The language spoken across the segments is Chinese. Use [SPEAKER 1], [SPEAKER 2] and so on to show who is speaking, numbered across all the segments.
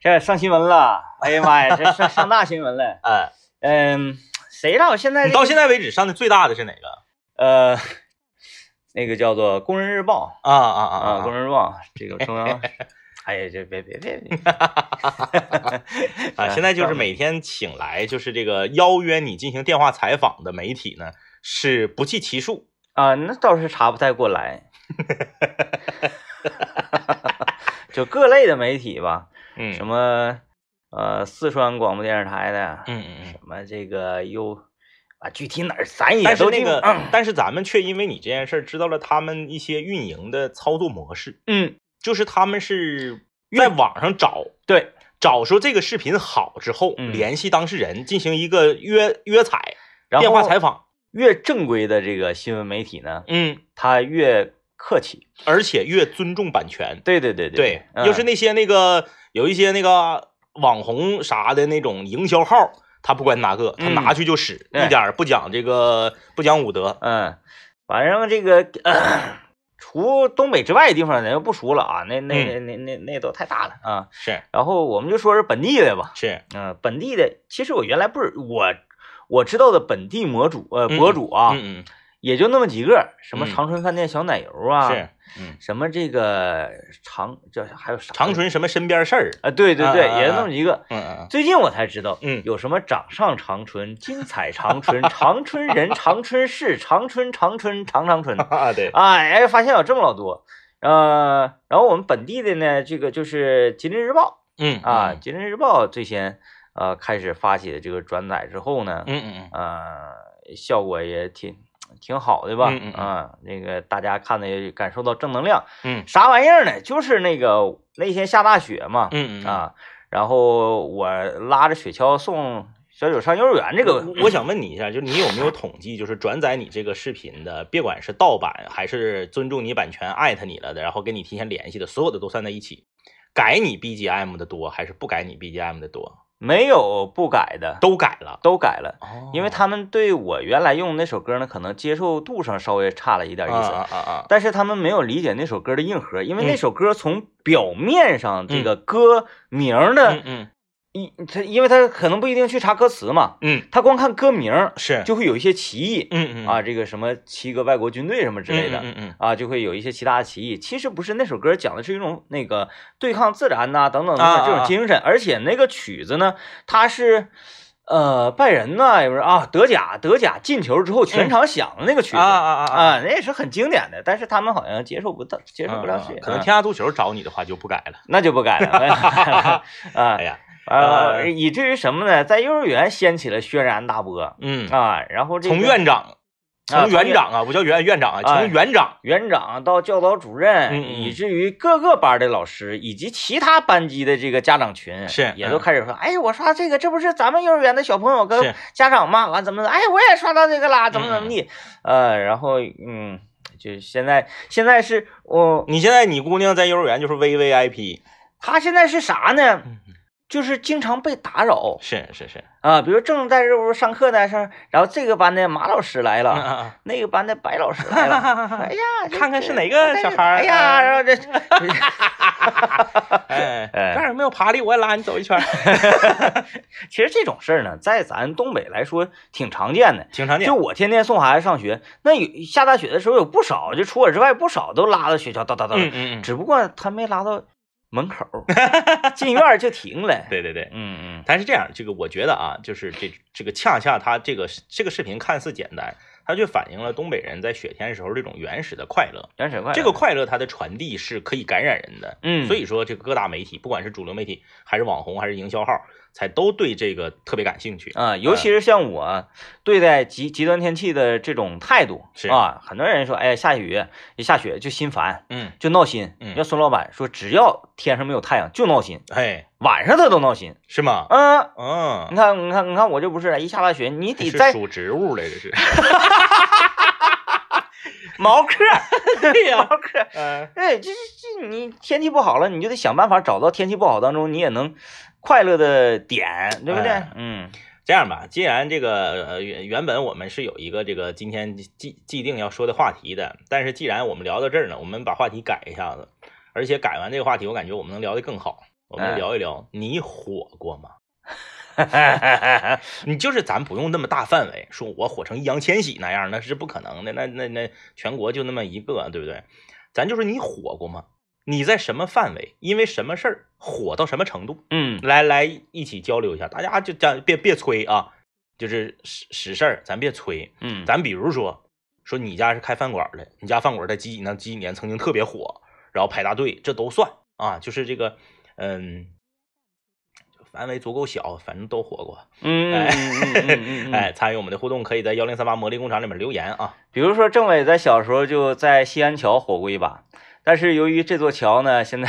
[SPEAKER 1] 这上新闻了， 哎呀妈呀，这上上大新闻了。
[SPEAKER 2] 哎，
[SPEAKER 1] 嗯，谁让我现在
[SPEAKER 2] 你到现在为止上的最大的是哪个？
[SPEAKER 1] 呃，那个叫做《工人日报》
[SPEAKER 2] 啊啊啊
[SPEAKER 1] 啊，《工
[SPEAKER 2] 啊！
[SPEAKER 1] 人日报》这个中 央，哎呀，这别别别， 别
[SPEAKER 2] 啊，现在就是每天请来就是这个邀约你进行电话采访的媒体呢是不计其数。
[SPEAKER 1] 啊，那倒是查不太过来， 就各类的媒体吧，
[SPEAKER 2] 嗯
[SPEAKER 1] 什么呃四川广播电视台的，
[SPEAKER 2] 嗯嗯嗯。
[SPEAKER 1] 什么这个又啊，具体哪儿咱也
[SPEAKER 2] 但是
[SPEAKER 1] 都
[SPEAKER 2] 那
[SPEAKER 1] 记不
[SPEAKER 2] 个，
[SPEAKER 1] 嗯
[SPEAKER 2] 但是咱们却因为你这件事儿知道了他们一些运营的操作模式，
[SPEAKER 1] 嗯，
[SPEAKER 2] 就是他们是在网上找
[SPEAKER 1] 对，
[SPEAKER 2] 找说这个视频好之后，
[SPEAKER 1] 嗯
[SPEAKER 2] 联系当事人进行一个约约采
[SPEAKER 1] 然后
[SPEAKER 2] 电话采访，
[SPEAKER 1] 越正规的这个新闻媒体呢，
[SPEAKER 2] 嗯，
[SPEAKER 1] 它越客气。
[SPEAKER 2] 而且越尊重版权。
[SPEAKER 1] 对对对
[SPEAKER 2] 对，
[SPEAKER 1] 嗯
[SPEAKER 2] 要是那些那个有一些那个网红啥的那种营销号，他不管哪个，他
[SPEAKER 1] 嗯
[SPEAKER 2] 拿去就使，
[SPEAKER 1] 对
[SPEAKER 2] 一点儿不讲这个不讲武德。
[SPEAKER 1] 嗯，反正这个、 呃除东北之外的地方咱就不说了啊，那那
[SPEAKER 2] 嗯
[SPEAKER 1] 那那那那都太大了啊。
[SPEAKER 2] 是
[SPEAKER 1] 然后我们就说是本地的吧，
[SPEAKER 2] 是，
[SPEAKER 1] 嗯、本地的，其实我原来不是我我知道的本地博主呃
[SPEAKER 2] 嗯
[SPEAKER 1] 博主啊，
[SPEAKER 2] 嗯嗯
[SPEAKER 1] 也就那么几个，什么
[SPEAKER 2] 嗯
[SPEAKER 1] 长春饭店小奶油啊，
[SPEAKER 2] 是，嗯，
[SPEAKER 1] 什么这个长叫啥还有啥
[SPEAKER 2] 长春什么身边事儿，
[SPEAKER 1] 啊，对对对，
[SPEAKER 2] 啊啊啊
[SPEAKER 1] 也就那么一个。
[SPEAKER 2] 嗯嗯嗯。
[SPEAKER 1] 最近我才知道，
[SPEAKER 2] 嗯
[SPEAKER 1] 有什么掌上长春、金彩长春、 长春人、长春市、长春长春、长长 春，
[SPEAKER 2] 啊，对，
[SPEAKER 1] 哎哎，发现有这么老多。呃，然后我们本地的呢，这个就是《吉林日报
[SPEAKER 2] 嗯》
[SPEAKER 1] 啊，吉林日报》最先呃开始发起这个转载之后呢，
[SPEAKER 2] 嗯嗯
[SPEAKER 1] 呃，效果也挺挺好的吧？
[SPEAKER 2] 嗯嗯嗯
[SPEAKER 1] 啊，那个大家看的也感受到正能量，
[SPEAKER 2] 嗯
[SPEAKER 1] 啥玩意儿呢？就是那个那天下大雪嘛，
[SPEAKER 2] 嗯嗯，
[SPEAKER 1] 啊，然后我拉着雪橇送小九上幼儿园，这
[SPEAKER 2] 这
[SPEAKER 1] 个
[SPEAKER 2] 个我想问你一下，就是你有没有统计，就是转载你这个视频的，别管是盗版还是尊重你版权艾特你了的，然后跟你提前联系的，所有的都算在一起，改你 BGM 的多还是不改你 BGM 的多？
[SPEAKER 1] 没有不改的，
[SPEAKER 2] 都改了，
[SPEAKER 1] 都改了。
[SPEAKER 2] 哦
[SPEAKER 1] 因为他们对我原来用那首歌呢，可能接受度上稍微差了一点
[SPEAKER 2] 啊
[SPEAKER 1] 意思，
[SPEAKER 2] 啊啊啊，
[SPEAKER 1] 但是他们没有理解那首歌的硬核，因为那
[SPEAKER 2] 嗯
[SPEAKER 1] 首歌从表面上这个歌名的
[SPEAKER 2] 嗯嗯
[SPEAKER 1] 一，他、因为他可能不一定去查歌词嘛，
[SPEAKER 2] 嗯，
[SPEAKER 1] 他光看歌名
[SPEAKER 2] 是，
[SPEAKER 1] 就会有一些歧义、
[SPEAKER 2] 嗯嗯
[SPEAKER 1] 啊，这个什么七个外国军队什么之类的。
[SPEAKER 2] 嗯嗯
[SPEAKER 1] 啊，就会有一些其他的歧义。其实不是，那首歌讲的是一种那个对抗自然呐、等等等
[SPEAKER 2] 啊啊
[SPEAKER 1] 等这
[SPEAKER 2] 啊
[SPEAKER 1] 种精神，而且那个曲子呢，它是。呃，拜仁呐、也不是啊，德甲德甲进球之后全场响的那个曲子、
[SPEAKER 2] 嗯啊啊啊啊，
[SPEAKER 1] 啊，那也是很经典的，但是他们好像接受不到，接受不了这个，
[SPEAKER 2] 嗯可能
[SPEAKER 1] 啊
[SPEAKER 2] 天下足球找你的话就不改了。
[SPEAKER 1] 那就不改 了啊
[SPEAKER 2] 哎呀，
[SPEAKER 1] 啊，以至于什么呢，在幼儿园掀起了轩然大波
[SPEAKER 2] 嗯，
[SPEAKER 1] 啊，然后这个
[SPEAKER 2] 从院长，从园长啊，不叫园院长啊，从园长，
[SPEAKER 1] 园长到教导主任，
[SPEAKER 2] 嗯嗯
[SPEAKER 1] 以至于各个班的老师以及其他班级的这个家长群，
[SPEAKER 2] 是
[SPEAKER 1] 也都
[SPEAKER 2] 嗯
[SPEAKER 1] 开始说，哎，我刷这个，这不是咱们幼儿园的小朋友跟
[SPEAKER 2] 是嗯
[SPEAKER 1] 家长嘛，完怎么怎么，哎，我也刷到这个啦，怎么怎么地，呃，然后嗯，就现在现在是我，
[SPEAKER 2] 你现在你姑娘在幼儿园就是 VVIP，
[SPEAKER 1] 他现在是啥呢？
[SPEAKER 2] 嗯
[SPEAKER 1] 就是经常被打扰
[SPEAKER 2] 是是是，
[SPEAKER 1] 啊，比如正在这屋上课呢，上，然后这个班的马老师来了，
[SPEAKER 2] 啊
[SPEAKER 1] 那个班的白老师来 了，哎呀，这
[SPEAKER 2] 看看
[SPEAKER 1] 这
[SPEAKER 2] 是哪个小孩儿
[SPEAKER 1] 哎呀，
[SPEAKER 2] 嗯
[SPEAKER 1] 然 后这。
[SPEAKER 2] 啊，哎，这儿有没有爬犁，我也拉你走一圈 儿，
[SPEAKER 1] 其实这种事儿呢，在咱东北来说挺常见的。
[SPEAKER 2] 挺常见
[SPEAKER 1] 就。我天天送孩子上学，那有下大雪的时候有不少，就除我之外不少都拉到学校，哒哒哒，
[SPEAKER 2] 嗯嗯嗯，
[SPEAKER 1] 只不过他没拉到门口儿， 进院儿就停了。
[SPEAKER 2] 对对对。
[SPEAKER 1] 嗯嗯
[SPEAKER 2] 但是这样，这个我觉得啊，就是这这个恰恰它这个这个视频看似简单，它却反映了东北人在雪天时候这种原始的快乐。
[SPEAKER 1] 原始快乐
[SPEAKER 2] 这个快乐它的传递是可以感染人的，
[SPEAKER 1] 嗯，
[SPEAKER 2] 所以说这个各大媒体，不管是主流媒体还是网红还是营销号，才都对这个特别感兴趣。
[SPEAKER 1] 啊，尤其是像我对待极极端天气的这种态度
[SPEAKER 2] 是
[SPEAKER 1] 啊，很多人说，哎，下雨一下雪就心烦，
[SPEAKER 2] 嗯，
[SPEAKER 1] 就闹心。
[SPEAKER 2] 嗯
[SPEAKER 1] 要孙老板说，只要天上没有太阳就闹心，
[SPEAKER 2] 哎，
[SPEAKER 1] 晚上他都闹心。
[SPEAKER 2] 是吗？
[SPEAKER 1] 嗯、
[SPEAKER 2] 嗯，
[SPEAKER 1] 你看，你看，你看，我就不是一下大雪，你
[SPEAKER 2] 这
[SPEAKER 1] 得
[SPEAKER 2] 是
[SPEAKER 1] 在
[SPEAKER 2] 属植物了，这 是。
[SPEAKER 1] 毛克，
[SPEAKER 2] 对呀
[SPEAKER 1] 毛克，
[SPEAKER 2] 嗯。
[SPEAKER 1] 哎，这这这你天气不好了，你就得想办法找到天气不好当中你也能快乐的点，对不对？
[SPEAKER 2] 哎
[SPEAKER 1] 嗯
[SPEAKER 2] 这样吧，既然这个呃原原本我们是有一个这个今天既既定要说的话题的，但是既然我们聊到这儿呢，我们把话题改一下子，而且改完这个话题，我感觉我们能聊得更好。我们聊一聊，你火过吗？你就是咱不用那么大范围，说我火成易烊千玺那样，那是不可能的。那那那全国就那么一个，对不对？咱就是你火过吗？你在什么范围，因为什么事儿火到什么程度？
[SPEAKER 1] 嗯，
[SPEAKER 2] 来来，一起交流一下，大家就讲别别吹啊，就是实实事儿，咱别吹。
[SPEAKER 1] 嗯，
[SPEAKER 2] 咱比如说，说你家是开饭馆的，你家饭馆在几几年几几年曾经特别火，然后排大队，这都算啊，就是这个，嗯，范围足够小，反正都火过。
[SPEAKER 1] 嗯
[SPEAKER 2] 哎
[SPEAKER 1] 嗯嗯嗯嗯，
[SPEAKER 2] 哎，参与我们的互动，可以在幺零三八魔力工厂里面留言 啊。
[SPEAKER 1] 比如说政委在小时候就在西安桥火过一把，但是由于这座桥呢，现在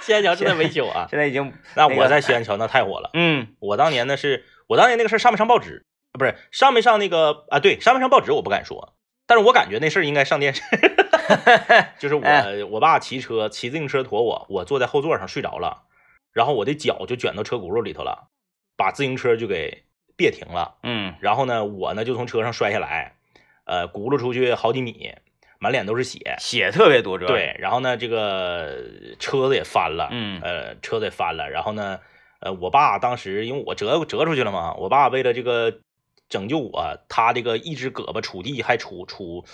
[SPEAKER 2] 西安桥正在维修啊。
[SPEAKER 1] 现在已经
[SPEAKER 2] 那
[SPEAKER 1] 那个
[SPEAKER 2] 我在西安桥那太火了，
[SPEAKER 1] 嗯
[SPEAKER 2] 我当年那是我当年那个事儿上没上报纸？啊不是上没上那个啊？对，上没上报纸我不敢说，但是我感觉那事儿应该上电视。 就是我
[SPEAKER 1] 哎
[SPEAKER 2] 我爸骑车骑自行车驮我，我坐在后座上睡着了，然后我的脚就卷到车轱辘里头了，把自行车就给别停了。
[SPEAKER 1] 嗯
[SPEAKER 2] 然后呢，我呢就从车上摔下来，呃，轱辘出去好几米，满脸都是血。
[SPEAKER 1] 血特别多，主要是
[SPEAKER 2] 对，然后呢，这个车子也翻了，
[SPEAKER 1] 嗯
[SPEAKER 2] 呃，车子也翻了。然后呢，呃，我爸当时因为我折折出去了嘛，我爸为了这个拯救我，他这个一只胳膊杵地还杵杵，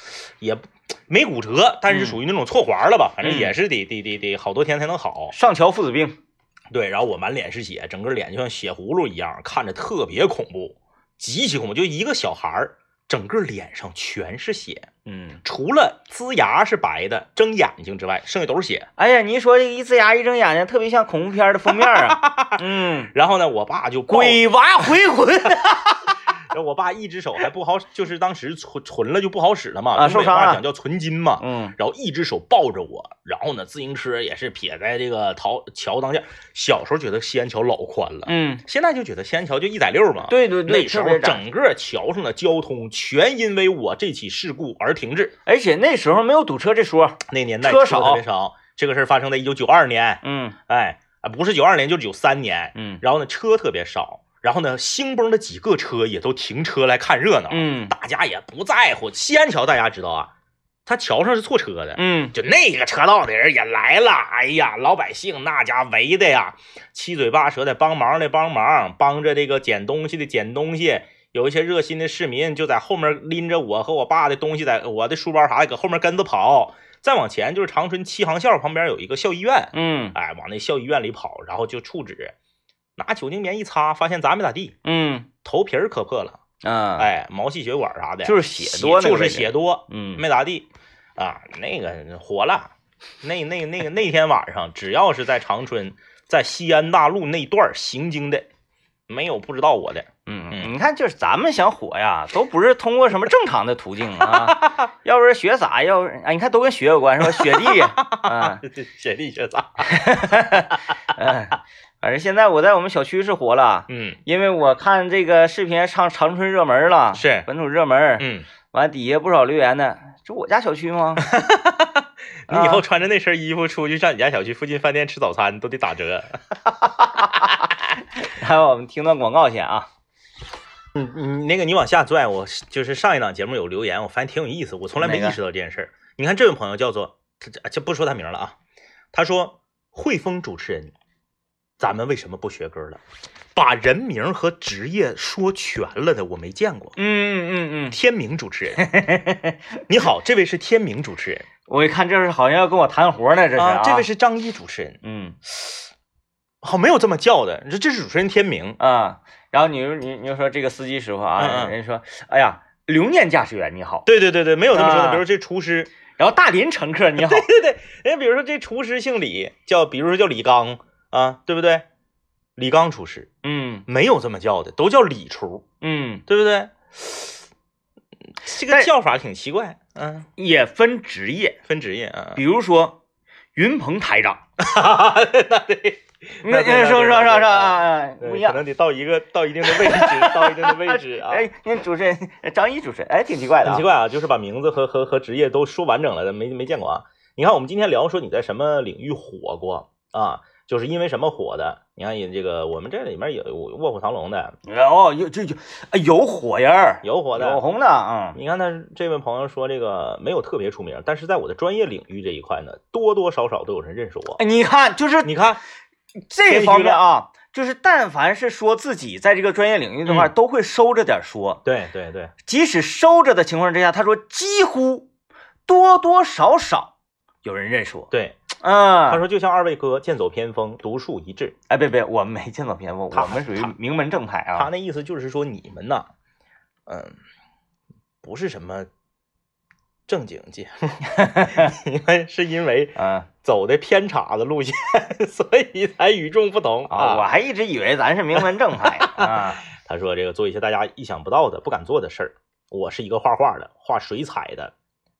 [SPEAKER 2] 也不没骨折，但是
[SPEAKER 1] 嗯
[SPEAKER 2] 属于那种错环了吧，反
[SPEAKER 1] 嗯
[SPEAKER 2] 正也是得得得得好多天才能好。
[SPEAKER 1] 上桥父子兵，
[SPEAKER 2] 对，然后我满脸是血，整个脸就像血葫芦一样，看着特别恐怖，极其恐怖。就一个小孩儿，整个脸上全是血，
[SPEAKER 1] 嗯，
[SPEAKER 2] 除了呲牙是白的，睁眼睛之外，剩下都是血。
[SPEAKER 1] 哎呀，你一说这个一呲牙一睁眼睛，特别像恐怖片的封面 啊，嗯，
[SPEAKER 2] 然后呢，我爸就抱，
[SPEAKER 1] 鬼娃回 魂
[SPEAKER 2] 然后我爸一只手还不好，就是当时存存了就不好使了嘛，
[SPEAKER 1] 啊
[SPEAKER 2] 东北
[SPEAKER 1] 受伤
[SPEAKER 2] 话
[SPEAKER 1] 了
[SPEAKER 2] 讲叫存筋嘛。
[SPEAKER 1] 嗯
[SPEAKER 2] 然后一只手抱着我，然后呢，自行车也是撇在这个桃桥当下。小时候觉得西安桥老宽了，
[SPEAKER 1] 嗯，
[SPEAKER 2] 现在就觉得西安桥就一载六嘛。
[SPEAKER 1] 对对对，
[SPEAKER 2] 那时
[SPEAKER 1] 特
[SPEAKER 2] 候
[SPEAKER 1] 别窄
[SPEAKER 2] 整个桥上的交通全因为我这起事故而停滞。
[SPEAKER 1] 而且那时候没有堵车这说，
[SPEAKER 2] 那年代
[SPEAKER 1] 车
[SPEAKER 2] 少
[SPEAKER 1] 少
[SPEAKER 2] 特别少，这个事儿发生在一九九二年，
[SPEAKER 1] 嗯
[SPEAKER 2] 哎啊，不是九二年就是九三年。
[SPEAKER 1] 嗯
[SPEAKER 2] 然后呢，车特别少，然后呢，兴邦的几个车也都停车来看热闹，
[SPEAKER 1] 嗯
[SPEAKER 2] 大家也不在乎。西安桥大家知道啊，它桥上是错车的，
[SPEAKER 1] 嗯，
[SPEAKER 2] 就那个车道的人也来了，哎呀，老百姓那家围的呀，七嘴八舌的，帮忙的帮忙，帮着这个捡东西的捡东西。有一些热心的市民就在后面拎着我和我爸的东西在，我的书包啥的搁后面跟着跑。再往前就是长春七航校旁边有一个校医院，
[SPEAKER 1] 嗯
[SPEAKER 2] 哎，往那校医院里跑，然后就触指，拿酒精棉一擦，发现咋没咋地，
[SPEAKER 1] 嗯
[SPEAKER 2] 头皮儿磕破了，
[SPEAKER 1] 啊，
[SPEAKER 2] 哎，毛细血管啥的，
[SPEAKER 1] 就是血多那个
[SPEAKER 2] 就是
[SPEAKER 1] 位置
[SPEAKER 2] 血多，
[SPEAKER 1] 嗯
[SPEAKER 2] 没咋地啊，那个火了。那那那个那天晚上，只要是在长春，在西安大路那段儿行经的，没有不知道我的。嗯
[SPEAKER 1] 嗯，你看就是咱们想火呀，都不是通过什么正常的途径 啊，要不是学啥，要不然哎，你看都跟学有关是吧？雪地， 啊，
[SPEAKER 2] 学弟学渣，
[SPEAKER 1] 嗯，反正现在我在我们小区是火了，
[SPEAKER 2] 嗯，
[SPEAKER 1] 因为我看这个视频上长春热门了，
[SPEAKER 2] 是，
[SPEAKER 1] 本土热门，
[SPEAKER 2] 嗯，
[SPEAKER 1] 完底下不少留言呢，这我家小区吗？ 啊
[SPEAKER 2] 你以后穿着那身衣服出去上你家小区附近饭店吃早餐都得打折。
[SPEAKER 1] 来，我们听段广告先啊，
[SPEAKER 2] 你你嗯那个你往下拽，我是就是上一档节目有留言，我发现挺有意思，我从来没
[SPEAKER 1] 哪
[SPEAKER 2] 意
[SPEAKER 1] 个
[SPEAKER 2] 识到这件事儿。你看这位朋友叫做这这这不说他名了啊，他说汇丰主持人，咱们为什么不学歌了？把人名和职业说全了的我没见过。
[SPEAKER 1] 嗯嗯嗯，
[SPEAKER 2] 天明主持人， 你好，这位是天明主持人
[SPEAKER 1] 我一看这是好像要跟我谈活呢，这是
[SPEAKER 2] 啊，这位
[SPEAKER 1] 是，
[SPEAKER 2] 是张一主持人，
[SPEAKER 1] 嗯
[SPEAKER 2] 好没有这么叫的，这这是主持人天明，
[SPEAKER 1] 啊，然后你又你你又说这个司机师傅
[SPEAKER 2] 嗯
[SPEAKER 1] 啊，
[SPEAKER 2] 嗯
[SPEAKER 1] 人家说，哎呀，刘念驾驶员你好，
[SPEAKER 2] 对对对对，没有这么说的，
[SPEAKER 1] 啊
[SPEAKER 2] 比如这厨师。
[SPEAKER 1] 然后大林乘客你好，
[SPEAKER 2] 对对，人家比如说这厨师姓李，叫比如说叫李刚啊，对不对？李刚厨师
[SPEAKER 1] 嗯
[SPEAKER 2] 没有这么叫的，都叫李厨，
[SPEAKER 1] 嗯，
[SPEAKER 2] 对不对？这个
[SPEAKER 1] 但
[SPEAKER 2] 叫法挺奇怪，嗯、
[SPEAKER 1] 也分职业，
[SPEAKER 2] 分职业啊，
[SPEAKER 1] 比如说云鹏台长，
[SPEAKER 2] 那得
[SPEAKER 1] 那那说
[SPEAKER 2] 那对那对
[SPEAKER 1] 说说
[SPEAKER 2] 那对
[SPEAKER 1] 说啊，啊不一
[SPEAKER 2] 对呃可
[SPEAKER 1] 样。
[SPEAKER 2] 能得到一个到一定的位置，到一定的位置啊。
[SPEAKER 1] 哎，那主持人张一主持人，哎，挺奇怪的、
[SPEAKER 2] 很奇，怪啊，就是把名字和和和职业都说完整了的，没没见过啊。你看，我们今天聊说你在什么领域火过啊，就是因为什么火的。你看，也这个我们这里面有有卧虎藏龙的，
[SPEAKER 1] 哦，有这有哎有火人儿，
[SPEAKER 2] 有火
[SPEAKER 1] 有
[SPEAKER 2] 的。
[SPEAKER 1] 红的啊、嗯，
[SPEAKER 2] 你看他这位朋友说这个没有特别出名，
[SPEAKER 1] 哎
[SPEAKER 2] 但是在我的专业领域这一块呢，多多少少都有人认识我。
[SPEAKER 1] 哎，你看就是
[SPEAKER 2] 你看，
[SPEAKER 1] 这方面啊，就是但凡是说自己在这个专业领域的话，
[SPEAKER 2] 嗯
[SPEAKER 1] 都会收着点说。
[SPEAKER 2] 对对对，
[SPEAKER 1] 即使收着的情况之下，他说几乎多多少少有人认说。
[SPEAKER 2] 对，他
[SPEAKER 1] 嗯，
[SPEAKER 2] 说就像二位哥剑走偏锋，独树一帜。
[SPEAKER 1] 哎，别别，我们没见到偏锋，
[SPEAKER 2] 他
[SPEAKER 1] 我们属于
[SPEAKER 2] 他
[SPEAKER 1] 名门正派
[SPEAKER 2] 他
[SPEAKER 1] 啊。
[SPEAKER 2] 那意思就是说你们呐，嗯，不是什么正经 节目，你们是因为
[SPEAKER 1] 嗯
[SPEAKER 2] 走的偏岔的路线， 所以才与众不同
[SPEAKER 1] 啊，我还一直以为咱是名门正 派啊。
[SPEAKER 2] 他说这个做一些大家意想不到的、不敢做的事儿。我是一个画画的，画水彩的，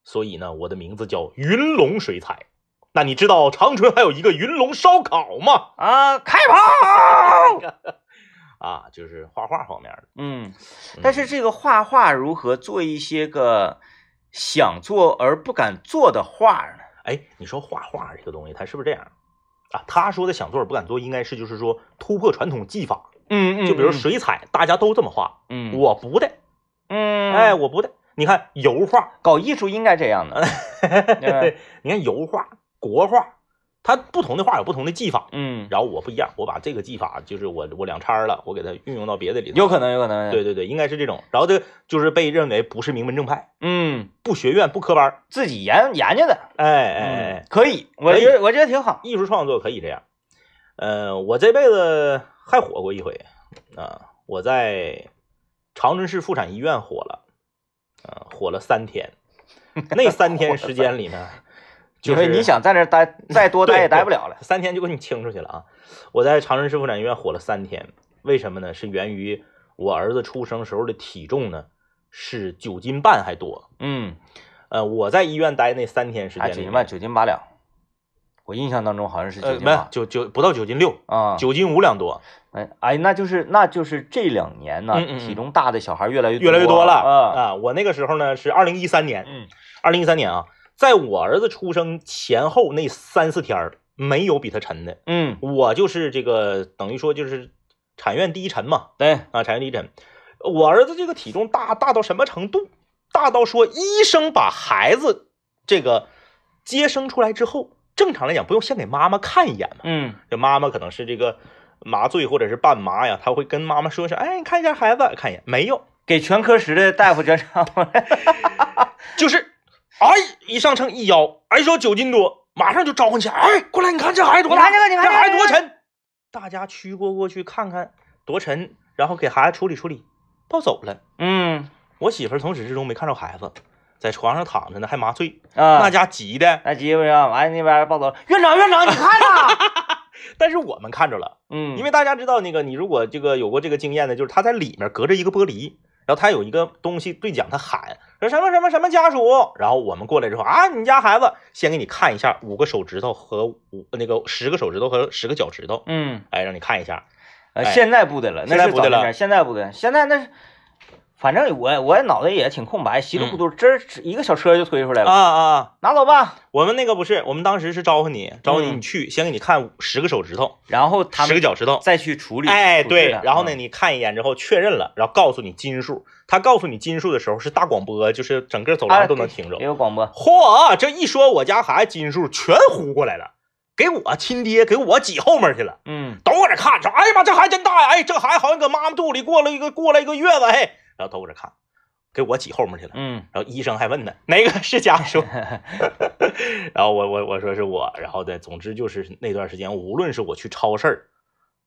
[SPEAKER 2] 所以呢，我的名字叫云龙水彩。那你知道长春还有一个云龙烧烤吗？
[SPEAKER 1] 啊，开炮！
[SPEAKER 2] 啊，就是画画方面的。
[SPEAKER 1] 嗯，
[SPEAKER 2] 嗯
[SPEAKER 1] 但是这个画画如何做一些个想做而不敢做的画呢？
[SPEAKER 2] 哎，你说画画这个东西，它是不是这样啊？他说的想做而不敢做，应该是就是说突破传统技法，
[SPEAKER 1] 嗯嗯，
[SPEAKER 2] 就比如
[SPEAKER 1] 嗯，
[SPEAKER 2] 水彩，大家都这么画，
[SPEAKER 1] 嗯，
[SPEAKER 2] 我不的，
[SPEAKER 1] 嗯，
[SPEAKER 2] 哎，，我不的。你看油画，
[SPEAKER 1] 搞艺术应该这样 的，嗯
[SPEAKER 2] 你看油画、国画，它不同的画有不同的技法，
[SPEAKER 1] 嗯，
[SPEAKER 2] 然后我不一样，我把这个技法就是我我两叉儿了，我给它运用到别的里头。
[SPEAKER 1] 有可能，有可能，
[SPEAKER 2] 对，对对，应该是这种。然后这就是被认为不是名门正派，
[SPEAKER 1] 嗯，
[SPEAKER 2] 不学院不科班儿，
[SPEAKER 1] 自己研研究的，
[SPEAKER 2] 哎哎哎哎
[SPEAKER 1] 嗯，，可以，我
[SPEAKER 2] 可以
[SPEAKER 1] 觉得我觉得挺好，
[SPEAKER 2] 艺术创作可以这样。呃，我这辈子还火过一回啊、我在长春市妇产医院火了，啊、火了 三天。那三天时间里呢，就
[SPEAKER 1] 因为
[SPEAKER 2] 是
[SPEAKER 1] 你想在那儿 待再多待
[SPEAKER 2] 对
[SPEAKER 1] 也待
[SPEAKER 2] 对
[SPEAKER 1] 不了了，
[SPEAKER 2] 三天就给你清出去了啊！我在长春市妇产医院火了三天，为什么呢？是源于我儿子出生时候的体重呢是九斤半还多。
[SPEAKER 1] 嗯，
[SPEAKER 2] 呃，我在医院待那三天时
[SPEAKER 1] 哎，
[SPEAKER 2] 间
[SPEAKER 1] 九斤
[SPEAKER 2] 里面，
[SPEAKER 1] 半，九斤八两，我印象当中好像是九
[SPEAKER 2] 呃，
[SPEAKER 1] 斤
[SPEAKER 2] 没有
[SPEAKER 1] 八，
[SPEAKER 2] 九九不到九斤六，
[SPEAKER 1] 啊，
[SPEAKER 2] 九斤五两多。
[SPEAKER 1] 哎哎，那就是那就是这两年呢
[SPEAKER 2] 嗯嗯嗯，
[SPEAKER 1] 体重大的小孩越来越
[SPEAKER 2] 越来越多了
[SPEAKER 1] 啊，
[SPEAKER 2] 啊！我那个时候呢是二零一三年，
[SPEAKER 1] 嗯
[SPEAKER 2] 二零一三年啊，在我儿子出生前后那三四天儿，没有比他沉的。
[SPEAKER 1] 嗯，
[SPEAKER 2] 我就是这个等于说就是产院第一沉嘛，
[SPEAKER 1] 对，
[SPEAKER 2] 啊，产院第一沉。我儿子这个体重大大到什么程度？大到说医生把孩子这个接生出来之后，正常来讲不用先给妈妈看一眼嘛，
[SPEAKER 1] 嗯
[SPEAKER 2] 这妈妈可能是这个麻醉或者是半麻呀，他会跟妈妈说是，哎，你看一下孩子，看一眼，没有。
[SPEAKER 1] 给全科室的大夫全场，
[SPEAKER 2] 就是，哎，一上称一腰，哎，说九斤多，马上就招唤起来，哎，过来，你看这孩子多大？
[SPEAKER 1] 你看这个你看
[SPEAKER 2] 这孩
[SPEAKER 1] 这个
[SPEAKER 2] 子多沉。大家屈过过去看看多沉，然后给孩子处理处理，抱走了。
[SPEAKER 1] 嗯
[SPEAKER 2] 我媳妇儿从始至终没看着孩子，在床上躺着呢，还麻醉，
[SPEAKER 1] 啊
[SPEAKER 2] 那，家急的。
[SPEAKER 1] 那鸡巴上完那边抱走，院长院长你看 呐，
[SPEAKER 2] 但是我们看着了，
[SPEAKER 1] 嗯，
[SPEAKER 2] 因为大家知道那个，你如果这个有过这个经验的，就是他在里面隔着一个玻璃，然后他有一个东西对讲，他喊说什么什么什么家属，然后我们过来之后啊，你家孩子先给你看一下五个手指头和五那个十个手指头和十个脚趾头，
[SPEAKER 1] 嗯，
[SPEAKER 2] 哎，让你看一下，
[SPEAKER 1] 呃，
[SPEAKER 2] 哎
[SPEAKER 1] 现在不得了，那
[SPEAKER 2] 现在
[SPEAKER 1] 是
[SPEAKER 2] 不得
[SPEAKER 1] 早年
[SPEAKER 2] 了
[SPEAKER 1] 间现在不得，现在那是，反正我我脑袋也挺空白，稀里糊涂，这儿一个小车就推出来
[SPEAKER 2] 啊
[SPEAKER 1] 了，
[SPEAKER 2] 啊，啊
[SPEAKER 1] 拿走吧。
[SPEAKER 2] 我们那个不是，我们当时是招呼你，招呼你，
[SPEAKER 1] 嗯
[SPEAKER 2] 你去先给你看十个手指头，
[SPEAKER 1] 然后他
[SPEAKER 2] 十
[SPEAKER 1] 们
[SPEAKER 2] 个脚趾头，
[SPEAKER 1] 再去处理，嗯
[SPEAKER 2] 哎，
[SPEAKER 1] 处置
[SPEAKER 2] 对，
[SPEAKER 1] 它
[SPEAKER 2] 然后呢，，你看一眼之后确认了，然后告诉你斤数，他告诉你斤数的时候是大广播，就是整个走
[SPEAKER 1] 啊
[SPEAKER 2] 廊都能听着
[SPEAKER 1] 也。有广播，
[SPEAKER 2] 嚯，这一说我家孩子斤数全呼过来了，给我亲爹给我挤后面去了，
[SPEAKER 1] 嗯
[SPEAKER 2] 都搁这看着。哎呀妈，这孩子真大呀！哎，这孩子好像搁妈妈肚里过了一个过了一个月了，嘿，然后都搁这看，给我挤后面去了。
[SPEAKER 1] 嗯，
[SPEAKER 2] 然后医生还问呢，哪个是家属？ 然后我我我说是我，然后呢，总之就是那段时间，无论是我去超市儿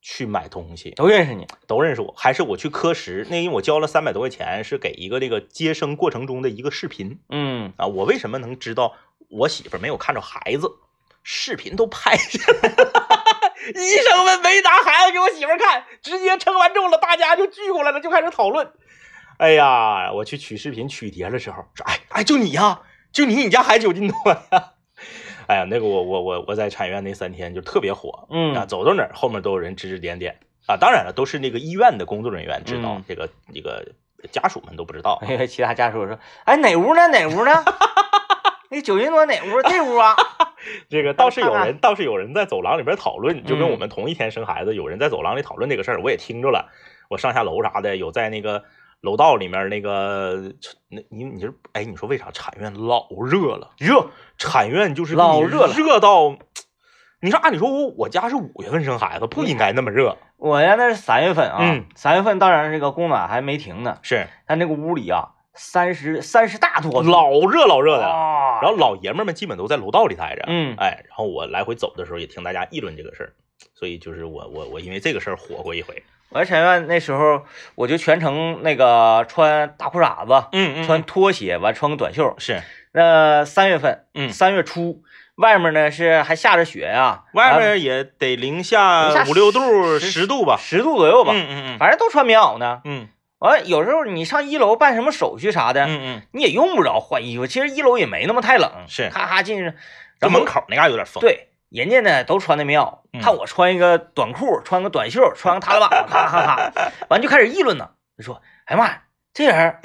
[SPEAKER 2] 去买东西，
[SPEAKER 1] 都认识你，
[SPEAKER 2] 都认识我，还是我去科室，那因为我交了三百多块钱，是给一个这个接生过程中的一个视频。
[SPEAKER 1] 嗯，
[SPEAKER 2] 啊，我为什么能知道我媳妇儿没有看着孩子？视频都拍下来了， 医生们没拿孩子给我媳妇儿看，直接称完重了，大家就聚过来了，就开始讨论。哎呀，我去取视频取碟的时候，说哎哎，就你呀、就你，你家孩子有斤多呀？ 哎呀，那个我我我我在产院那三天就特别火，
[SPEAKER 1] 嗯
[SPEAKER 2] 啊，走到哪儿后面都有人指指点点啊，当然了，都是那个医院的工作人员知道，
[SPEAKER 1] 嗯
[SPEAKER 2] 这个这个家属们都不知道，
[SPEAKER 1] 因为其他家属说，哎，哪屋呢？哪屋 呢？那九斤多哪屋？这屋啊，
[SPEAKER 2] 这个倒是有
[SPEAKER 1] 看
[SPEAKER 2] 人，倒是有人在走廊里边讨论，就跟
[SPEAKER 1] 嗯
[SPEAKER 2] 我们同一天生孩子，有人在走廊里讨论这个事儿，我也听着了。我上下楼啥的，有在那个楼道里面那个，那你你说，哎，你说为啥产院老热了？热，产院就是
[SPEAKER 1] 老热了
[SPEAKER 2] 热到你说，按理说我我家是五月份生孩子，不应该那么热。
[SPEAKER 1] 我家那是三月份啊
[SPEAKER 2] 嗯，
[SPEAKER 1] 三、月份当然这个供暖还没停呢，
[SPEAKER 2] 是
[SPEAKER 1] 但那个屋里啊，三十三十大多度
[SPEAKER 2] 老热老热的了。
[SPEAKER 1] 啊，
[SPEAKER 2] 然后老爷们儿们基本都在楼道里待着，
[SPEAKER 1] 嗯
[SPEAKER 2] 哎，然后我来回走的时候也听大家议论这个事儿，所以就是我我我因为这个事儿火过一回，
[SPEAKER 1] 我在陈院那时候，我就全程那个穿大裤衩子，
[SPEAKER 2] 嗯
[SPEAKER 1] 穿拖鞋，完穿个短袖。
[SPEAKER 2] 是
[SPEAKER 1] 那三月份，
[SPEAKER 2] 嗯
[SPEAKER 1] 三月初，外面呢是还下着雪呀、
[SPEAKER 2] 外面也得零
[SPEAKER 1] 零
[SPEAKER 2] 下
[SPEAKER 1] 下
[SPEAKER 2] 五六度
[SPEAKER 1] 十
[SPEAKER 2] 十度吧，
[SPEAKER 1] 十度左右吧，
[SPEAKER 2] 嗯嗯
[SPEAKER 1] 反正都穿棉袄呢。
[SPEAKER 2] 嗯
[SPEAKER 1] 完，有时候你上一楼办什么手续啥的，
[SPEAKER 2] 嗯嗯，
[SPEAKER 1] 你也用不着换衣服。其实一楼也没那么太冷，
[SPEAKER 2] 是
[SPEAKER 1] 咔咔进去，
[SPEAKER 2] 这
[SPEAKER 1] 然后
[SPEAKER 2] 门口那嘎有点风，，
[SPEAKER 1] 对，人家呢都穿的棉袄
[SPEAKER 2] 嗯，
[SPEAKER 1] 看我穿一个短裤，穿个短袖，穿个踏拉板，咔咔咔，完就开始议论呢，就说：“哎呀妈呀，这人儿！”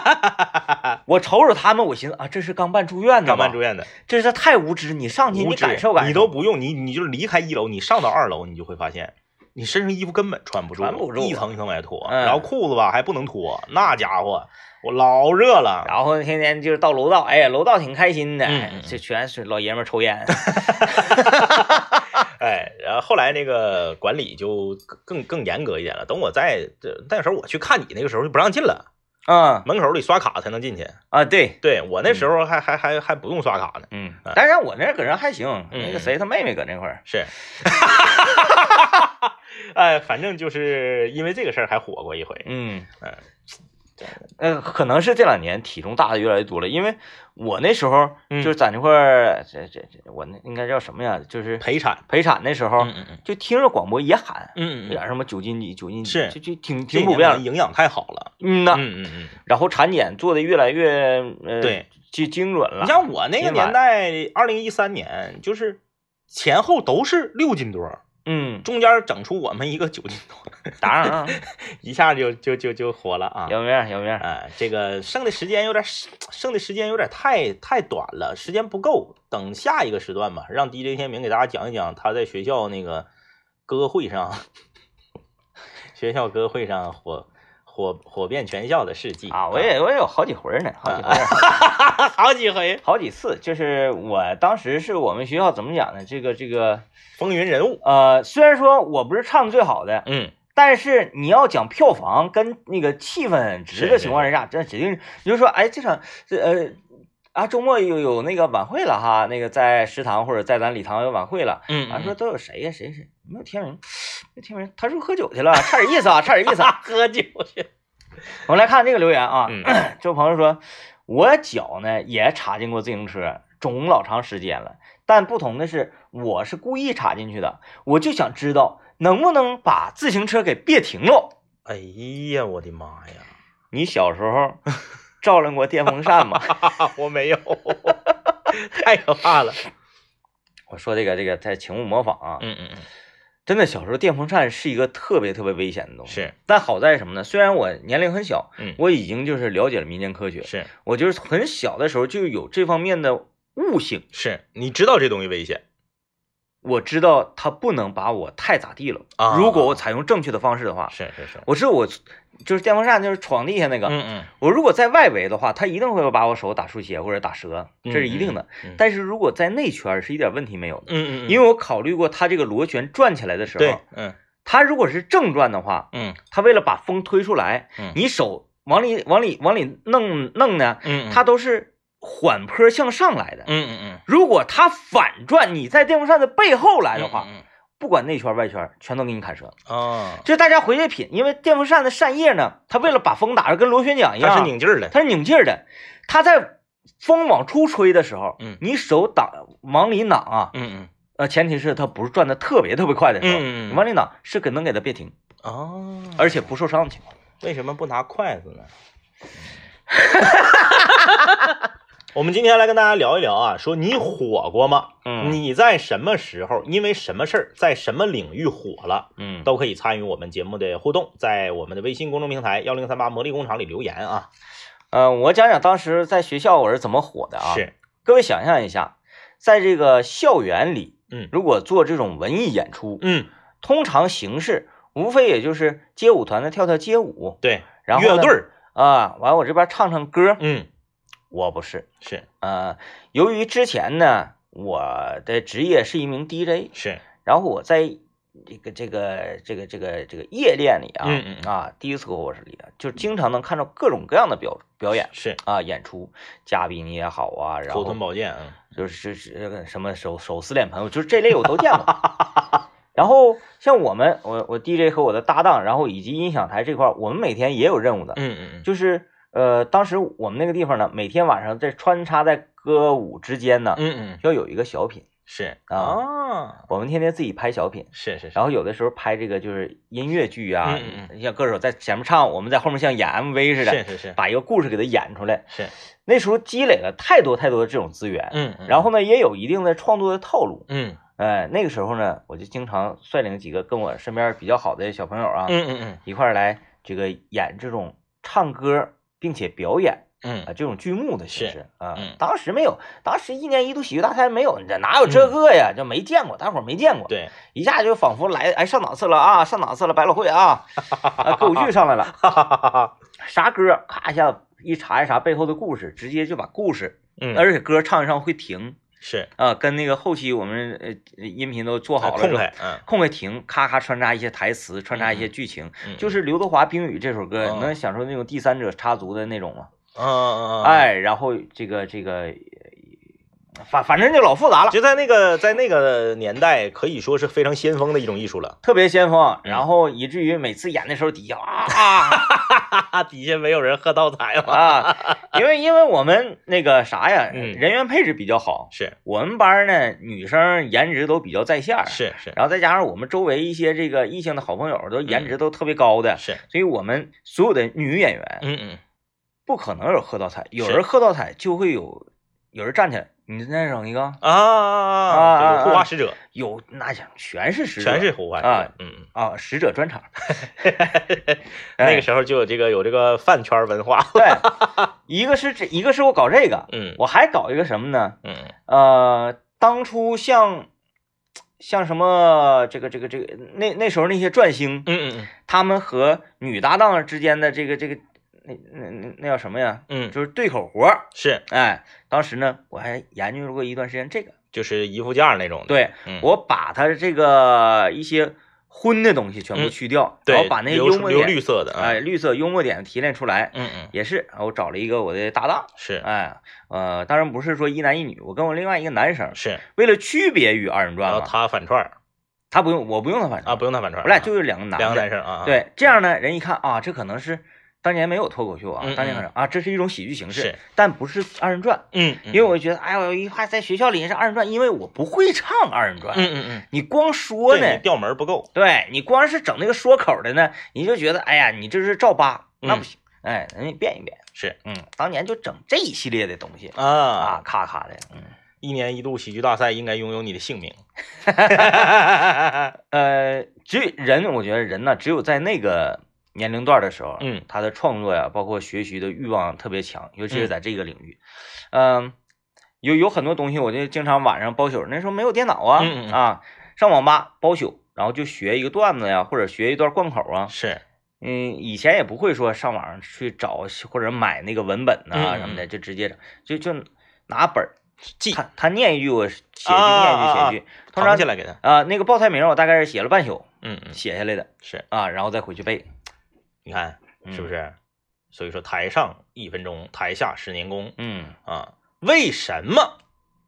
[SPEAKER 1] 我瞅瞅他们，我寻思啊，这是刚办住院的，
[SPEAKER 2] 刚办住，院的，
[SPEAKER 1] 这是太无知，你上去
[SPEAKER 2] 无
[SPEAKER 1] 你
[SPEAKER 2] 知
[SPEAKER 1] 感受感受，
[SPEAKER 2] 你都不用，你你就离开一楼，你上到二楼，你就会发现。你身上衣服根本穿不住，
[SPEAKER 1] 穿不住
[SPEAKER 2] 一层一层往下脱，
[SPEAKER 1] 嗯
[SPEAKER 2] 然后裤子吧还不能脱，那家伙我老热了，
[SPEAKER 1] 然后天天就是到楼道，哎呀，楼道挺开心的，
[SPEAKER 2] 嗯嗯
[SPEAKER 1] 这全是老爷们儿抽烟，
[SPEAKER 2] 哎，然后后来那个管理就更更严格一点了。等我在这那时候我去看你那个时候就不让进了，
[SPEAKER 1] 嗯
[SPEAKER 2] 门口得刷卡才能进去。
[SPEAKER 1] 啊，对，
[SPEAKER 2] 对我那时候还、还还还不用刷卡呢，
[SPEAKER 1] 嗯
[SPEAKER 2] 哎，
[SPEAKER 1] 但是我那儿搁这还行，
[SPEAKER 2] 嗯
[SPEAKER 1] 那个谁他妹妹搁那块儿，
[SPEAKER 2] 是，哎，反正就是因为这个事儿还火过一回。
[SPEAKER 1] 嗯
[SPEAKER 2] 哎，
[SPEAKER 1] 呃，可能是这两年体重大的越来越多了，因为我那时候
[SPEAKER 2] 嗯
[SPEAKER 1] 就是在那块儿，这这这，我那应该叫什么呀？就是
[SPEAKER 2] 陪产，
[SPEAKER 1] 陪产那时候，
[SPEAKER 2] 嗯嗯
[SPEAKER 1] 就听着广播也喊，
[SPEAKER 2] 嗯
[SPEAKER 1] 喊什么九斤几、九斤几，
[SPEAKER 2] 是
[SPEAKER 1] 就就挺
[SPEAKER 2] 这
[SPEAKER 1] 挺普
[SPEAKER 2] 年
[SPEAKER 1] 遍
[SPEAKER 2] 可能
[SPEAKER 1] 了。
[SPEAKER 2] 营养太好了。
[SPEAKER 1] 嗯呐，
[SPEAKER 2] 嗯嗯。
[SPEAKER 1] 然后产检做的越来越呃，
[SPEAKER 2] 对，
[SPEAKER 1] 精精准了。
[SPEAKER 2] 你像我那个
[SPEAKER 1] 挺晚
[SPEAKER 2] 年代，二零一三年就是前后都是六斤多，
[SPEAKER 1] 嗯，
[SPEAKER 2] 中间整出我们一个九斤多。
[SPEAKER 1] 当然啊，
[SPEAKER 2] 一下就就就就火了啊！
[SPEAKER 1] 有面儿有面儿。
[SPEAKER 2] 哎，这个剩的时间有点，剩的时间有点太太短了，时间不够。等下一个时段吧，让 DJ 天明给大家讲一讲他在学校那个歌会上， 学校歌会上火火火遍全校的事迹
[SPEAKER 1] 啊，我也我也有好几回呢，好几
[SPEAKER 2] 啊
[SPEAKER 1] 回，
[SPEAKER 2] 好几回
[SPEAKER 1] 好几次。就是我当时是我们学校怎么讲呢？这个这个
[SPEAKER 2] 风云人物。
[SPEAKER 1] 呃，虽然说我不是唱的最好的，
[SPEAKER 2] 嗯，
[SPEAKER 1] 但是你要讲票房跟那个气氛值的情况之下，这指定你就说，哎，这场这呃啊周末有有那个晚会了哈，那个在食堂或者在咱礼堂有晚会了，
[SPEAKER 2] 嗯
[SPEAKER 1] 完、说都有谁呀、谁谁没有天明，没有天明，他是不是喝酒去了？差点意思啊，差点意思 啊。
[SPEAKER 2] 喝酒去。
[SPEAKER 1] 我们来看这个留言啊，
[SPEAKER 2] 嗯
[SPEAKER 1] 这位朋友说，我脚呢也插进过自行车，肿老长时间了，但不同的是，我是故意插进去的，我就想知道能不能把自行车给别停喽。
[SPEAKER 2] 哎呀，我的妈呀！
[SPEAKER 1] 你小时 候照亮过电风扇吗？
[SPEAKER 2] 啊我没有， 太可怕了。
[SPEAKER 1] 我说这个这个，在请勿模仿啊！
[SPEAKER 2] 嗯嗯嗯，
[SPEAKER 1] 真的，小时候电风扇是一个特别特别危险的东西。
[SPEAKER 2] 是，
[SPEAKER 1] 但好在是什么呢？虽然我年龄很小，
[SPEAKER 2] 嗯
[SPEAKER 1] 我已经就是了解了民间科学，
[SPEAKER 2] 是
[SPEAKER 1] 我就是很小的时候就有这方面的悟性，
[SPEAKER 2] 是，你知道这东西危险。
[SPEAKER 1] 我知道它不能把我太咋地了。
[SPEAKER 2] 啊
[SPEAKER 1] 如果我采用正确的方式的话，
[SPEAKER 2] 是是是，
[SPEAKER 1] 我知道我就是电风扇就是闯地下那个，
[SPEAKER 2] 嗯
[SPEAKER 1] 我如果在外围的话，它一定会把我手打出血或者打折，这是一定的。
[SPEAKER 2] 嗯嗯
[SPEAKER 1] 但是如果在内圈儿是一点问题没有的。
[SPEAKER 2] 嗯嗯，
[SPEAKER 1] 因
[SPEAKER 2] 为
[SPEAKER 1] 为我考虑过它这个螺旋转起来的时
[SPEAKER 2] 对
[SPEAKER 1] 候，，
[SPEAKER 2] 嗯
[SPEAKER 1] 它如果是正转的话，
[SPEAKER 2] 嗯
[SPEAKER 1] 它为了把风推出来
[SPEAKER 2] 嗯，
[SPEAKER 1] 你手往里往里往里弄弄呢，
[SPEAKER 2] 嗯
[SPEAKER 1] 它都是缓坡向上来的。
[SPEAKER 2] 嗯嗯嗯
[SPEAKER 1] 如果它反转，你在电风扇的背后来的话，
[SPEAKER 2] 嗯
[SPEAKER 1] 不管内圈外圈，全都给你砍折。
[SPEAKER 2] 啊，
[SPEAKER 1] 就是大家回去品，因为电风扇的扇叶呢，它为了把风打着，跟螺旋桨一样，
[SPEAKER 2] 它是拧劲儿的，
[SPEAKER 1] 它是拧劲儿的，它在风往出吹的时候，
[SPEAKER 2] 嗯
[SPEAKER 1] 你手挡往里挡啊，
[SPEAKER 2] 嗯嗯
[SPEAKER 1] 呃，前提是它不是转的特别特别快的时候，
[SPEAKER 2] 嗯嗯嗯
[SPEAKER 1] 你往里挡是可能给它别停，
[SPEAKER 2] 哦，
[SPEAKER 1] 而且不受伤的情况。
[SPEAKER 2] 为什么不拿筷子呢？ 我们今天来跟大家聊一聊啊，说你火过吗？
[SPEAKER 1] 嗯
[SPEAKER 2] 你在什么时候，因为什么事儿，在什么领域火了？
[SPEAKER 1] 嗯，
[SPEAKER 2] 都可以参与我们节目的互动，在我们的微信公众平台幺零三八魔力工厂里留言啊。
[SPEAKER 1] 呃，我讲讲当时在学校我是怎么火的啊。，
[SPEAKER 2] 是，
[SPEAKER 1] 各位想象一下，在这个校园里，
[SPEAKER 2] 嗯
[SPEAKER 1] 如果做这种文艺演出，
[SPEAKER 2] 嗯，
[SPEAKER 1] 通常形式无非也就是街舞团的跳跳街舞，
[SPEAKER 2] 对，
[SPEAKER 1] 然后呢
[SPEAKER 2] 乐队儿，
[SPEAKER 1] 啊，完我这边唱唱歌，
[SPEAKER 2] 嗯，
[SPEAKER 1] 我不是。
[SPEAKER 2] 是，
[SPEAKER 1] 呃，由于之前呢，我的职业是一名 DJ，
[SPEAKER 2] 是，
[SPEAKER 1] 然后我在这个这个这个这个这个夜店里啊、
[SPEAKER 2] 嗯嗯嗯
[SPEAKER 1] 啊 disco 里啊，就经常能看到各种各样的表表演
[SPEAKER 2] 是，
[SPEAKER 1] 啊演出，嘉宾也好啊，然
[SPEAKER 2] 口
[SPEAKER 1] 后
[SPEAKER 2] 吞宝剑，嗯，
[SPEAKER 1] 就是就是这个什么手手撕脸盆，就是这类我都见过。 然后像我们，我我 DJ 和我的搭档，然后以及音响台这块儿，我们每天也有任务的，
[SPEAKER 2] 嗯嗯嗯，
[SPEAKER 1] 就是呃，当时我们那个地方呢，每天晚上在穿插在歌舞之间呢，
[SPEAKER 2] 嗯嗯
[SPEAKER 1] 要有一个小品，
[SPEAKER 2] 是
[SPEAKER 1] 啊
[SPEAKER 2] 啊，
[SPEAKER 1] 我们天天自己拍小品，
[SPEAKER 2] 是是是，
[SPEAKER 1] 然后有的时候拍这个就是音乐剧啊，
[SPEAKER 2] 嗯嗯
[SPEAKER 1] 像歌手在前面唱，我们在后面像演 MV 似的，
[SPEAKER 2] 是是是
[SPEAKER 1] 把一个故事给它演出来。
[SPEAKER 2] 是，
[SPEAKER 1] 那时候积累了太多太多的这种资源，
[SPEAKER 2] 嗯，嗯
[SPEAKER 1] 然后呢，也有一定的创作的套路。
[SPEAKER 2] 嗯
[SPEAKER 1] 哎，那个时候呢，我就经常率领几个跟我身边比较好的小朋友啊，
[SPEAKER 2] 嗯嗯嗯
[SPEAKER 1] 一块儿来这个演这种唱歌并且表演
[SPEAKER 2] 嗯
[SPEAKER 1] 啊，这种剧目的形
[SPEAKER 2] 是
[SPEAKER 1] 式啊、
[SPEAKER 2] 嗯
[SPEAKER 1] 当时没有，当时一年一度喜剧大赛没有，你这哪有这个呀？就没见过，大伙儿没见过，
[SPEAKER 2] 嗯对，
[SPEAKER 1] 一下就仿佛来哎上档次了啊，上档次了，百老汇 啊，啊歌舞剧上来了，
[SPEAKER 2] 哈哈哈哈，
[SPEAKER 1] 啥歌咔一下一查一查背后的故事，直接就把故事，
[SPEAKER 2] 嗯，
[SPEAKER 1] 而且歌唱一唱会停
[SPEAKER 2] 是，
[SPEAKER 1] 啊，跟那个后期我们呃音频都做好了之
[SPEAKER 2] 空
[SPEAKER 1] 后
[SPEAKER 2] 开， 嗯，
[SPEAKER 1] 空位停，咔咔穿插一些台词，穿插一些剧情，
[SPEAKER 2] 嗯
[SPEAKER 1] 就是刘德华《冰雨》这首歌，
[SPEAKER 2] 嗯
[SPEAKER 1] 能享受那种第三者插足的那种吗？
[SPEAKER 2] 嗯嗯嗯，，
[SPEAKER 1] 哎，然后这个这个，呃反反正就老复杂了，
[SPEAKER 2] 就在那个在那个年代，可以说是非常先锋的一种艺 术了。
[SPEAKER 1] 特别先锋，
[SPEAKER 2] 嗯
[SPEAKER 1] 然后以至于每次演的时候底下啊
[SPEAKER 2] 哈哈，底下没有人喝倒彩
[SPEAKER 1] 啊，啊，因为因为我们那个啥呀，
[SPEAKER 2] 嗯
[SPEAKER 1] 人员配置比较好，
[SPEAKER 2] 是
[SPEAKER 1] 我们班呢女生颜值都比较在线儿，
[SPEAKER 2] 是是
[SPEAKER 1] 然后再加上我们周围一些这个异性的好朋友都颜值都特别高的，
[SPEAKER 2] 嗯是，
[SPEAKER 1] 所以我们所有的女演员，
[SPEAKER 2] 嗯嗯，
[SPEAKER 1] 不可能有喝倒彩，有
[SPEAKER 2] 是
[SPEAKER 1] 人喝倒彩就会有有人站起来，你再整一个，
[SPEAKER 2] 啊啊啊，这个护花使者
[SPEAKER 1] 有那家全是使者，
[SPEAKER 2] 全是护花使者，嗯嗯。
[SPEAKER 1] 啊使者专 场，哎
[SPEAKER 2] 那个时候就有这个有这个饭圈文化，
[SPEAKER 1] 对，一个是这，一个是我搞这个，
[SPEAKER 2] 嗯
[SPEAKER 1] 我还搞一个什么呢？
[SPEAKER 2] 嗯
[SPEAKER 1] 呃，当初像像什么这个这个这个那那时候那些转星，
[SPEAKER 2] 嗯
[SPEAKER 1] 他们和女搭档之间的这个这个那那那那叫什么呀？
[SPEAKER 2] 嗯嗯，
[SPEAKER 1] 就是对口活儿，
[SPEAKER 2] 是
[SPEAKER 1] 哎，当时呢我还研究过一段时间这个，
[SPEAKER 2] 就是一副架那种的，，
[SPEAKER 1] 对。
[SPEAKER 2] 嗯、
[SPEAKER 1] 我把它这个一些荤的东西全部去掉，
[SPEAKER 2] 嗯对
[SPEAKER 1] 然后把那些
[SPEAKER 2] 留
[SPEAKER 1] 幽默
[SPEAKER 2] 留
[SPEAKER 1] 点，
[SPEAKER 2] 绿色的，嗯
[SPEAKER 1] 哎、，绿色幽默点提炼出来，
[SPEAKER 2] 嗯嗯，
[SPEAKER 1] 也是我找了一个我的搭档，
[SPEAKER 2] 是
[SPEAKER 1] 哎，呃，当然不是说一男一女，我跟我另外一个男生，
[SPEAKER 2] 是，
[SPEAKER 1] 为了区别于二人转
[SPEAKER 2] 然后
[SPEAKER 1] 嘛，
[SPEAKER 2] 哦他反串儿
[SPEAKER 1] 他不用，我不用他反正
[SPEAKER 2] 啊，不用他反串儿，
[SPEAKER 1] 嗯我俩就是两个
[SPEAKER 2] 啊
[SPEAKER 1] 男
[SPEAKER 2] 两个
[SPEAKER 1] 的，
[SPEAKER 2] 男生啊，啊，
[SPEAKER 1] 对，这样呢，人一看啊，这可能是当年没有脱口秀啊，
[SPEAKER 2] 嗯
[SPEAKER 1] 当年可能啊，这是一种喜剧形式
[SPEAKER 2] 是，
[SPEAKER 1] 但不是二人转。
[SPEAKER 2] 嗯，
[SPEAKER 1] 因
[SPEAKER 2] 嗯
[SPEAKER 1] 为我就觉得，哎呀，我一怕在学校里是二人转，因为我不会唱二人转，
[SPEAKER 2] 嗯嗯嗯，
[SPEAKER 1] 你光说
[SPEAKER 2] 对
[SPEAKER 1] 呢，
[SPEAKER 2] 你调门儿不够，
[SPEAKER 1] 对你光是整那个说口的呢，你就觉得哎呀，你这是照扒，那不行，哎，人家变一变，
[SPEAKER 2] 是
[SPEAKER 1] 嗯，当年就整这一系列的东西啊，
[SPEAKER 2] 啊，
[SPEAKER 1] 咔咔的，嗯，
[SPEAKER 2] 一年一度喜剧大赛应该拥有你的 姓名，
[SPEAKER 1] 呃，只有人，我觉得人呢，只有在那个年龄段的时候，
[SPEAKER 2] 嗯，
[SPEAKER 1] 他的创作呀，包括学习的欲望特别强，尤其是
[SPEAKER 2] 嗯
[SPEAKER 1] 在这个领域，嗯、有有很多东西，我就经常晚上包宿，那时候没有电脑啊，
[SPEAKER 2] 嗯嗯嗯
[SPEAKER 1] 啊，上网吧包宿，然后就学一个段子呀，或者学一段贯口啊，
[SPEAKER 2] 是
[SPEAKER 1] 嗯，以前也不会说上网上去找或者买那个文本呐、
[SPEAKER 2] 嗯嗯
[SPEAKER 1] 什么的，就直接就就拿本儿，
[SPEAKER 2] 记
[SPEAKER 1] 他他念一句我写一句，
[SPEAKER 2] 啊
[SPEAKER 1] 念一句
[SPEAKER 2] 啊
[SPEAKER 1] 写
[SPEAKER 2] 啊
[SPEAKER 1] 一句，通
[SPEAKER 2] 藏
[SPEAKER 1] 常
[SPEAKER 2] 起来给他，
[SPEAKER 1] 啊、那个报菜名我大概是写了半宿
[SPEAKER 2] 嗯嗯，
[SPEAKER 1] 写下来的
[SPEAKER 2] 是
[SPEAKER 1] 啊，然后再回去背，
[SPEAKER 2] 你看
[SPEAKER 1] 嗯
[SPEAKER 2] 是不？是？所以说台上一分钟，台下十年功，
[SPEAKER 1] 嗯，
[SPEAKER 2] 啊，为什么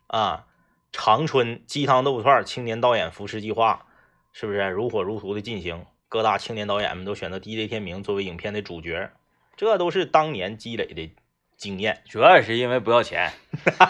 [SPEAKER 2] 啊？长春鸡汤豆腐串儿青年导演扶持计划是不是如火如荼的进行？各大青年导演们都选择 DJ 天明作为影片的主角，这都是当年积累的经验。
[SPEAKER 1] 主要也是因为不要钱。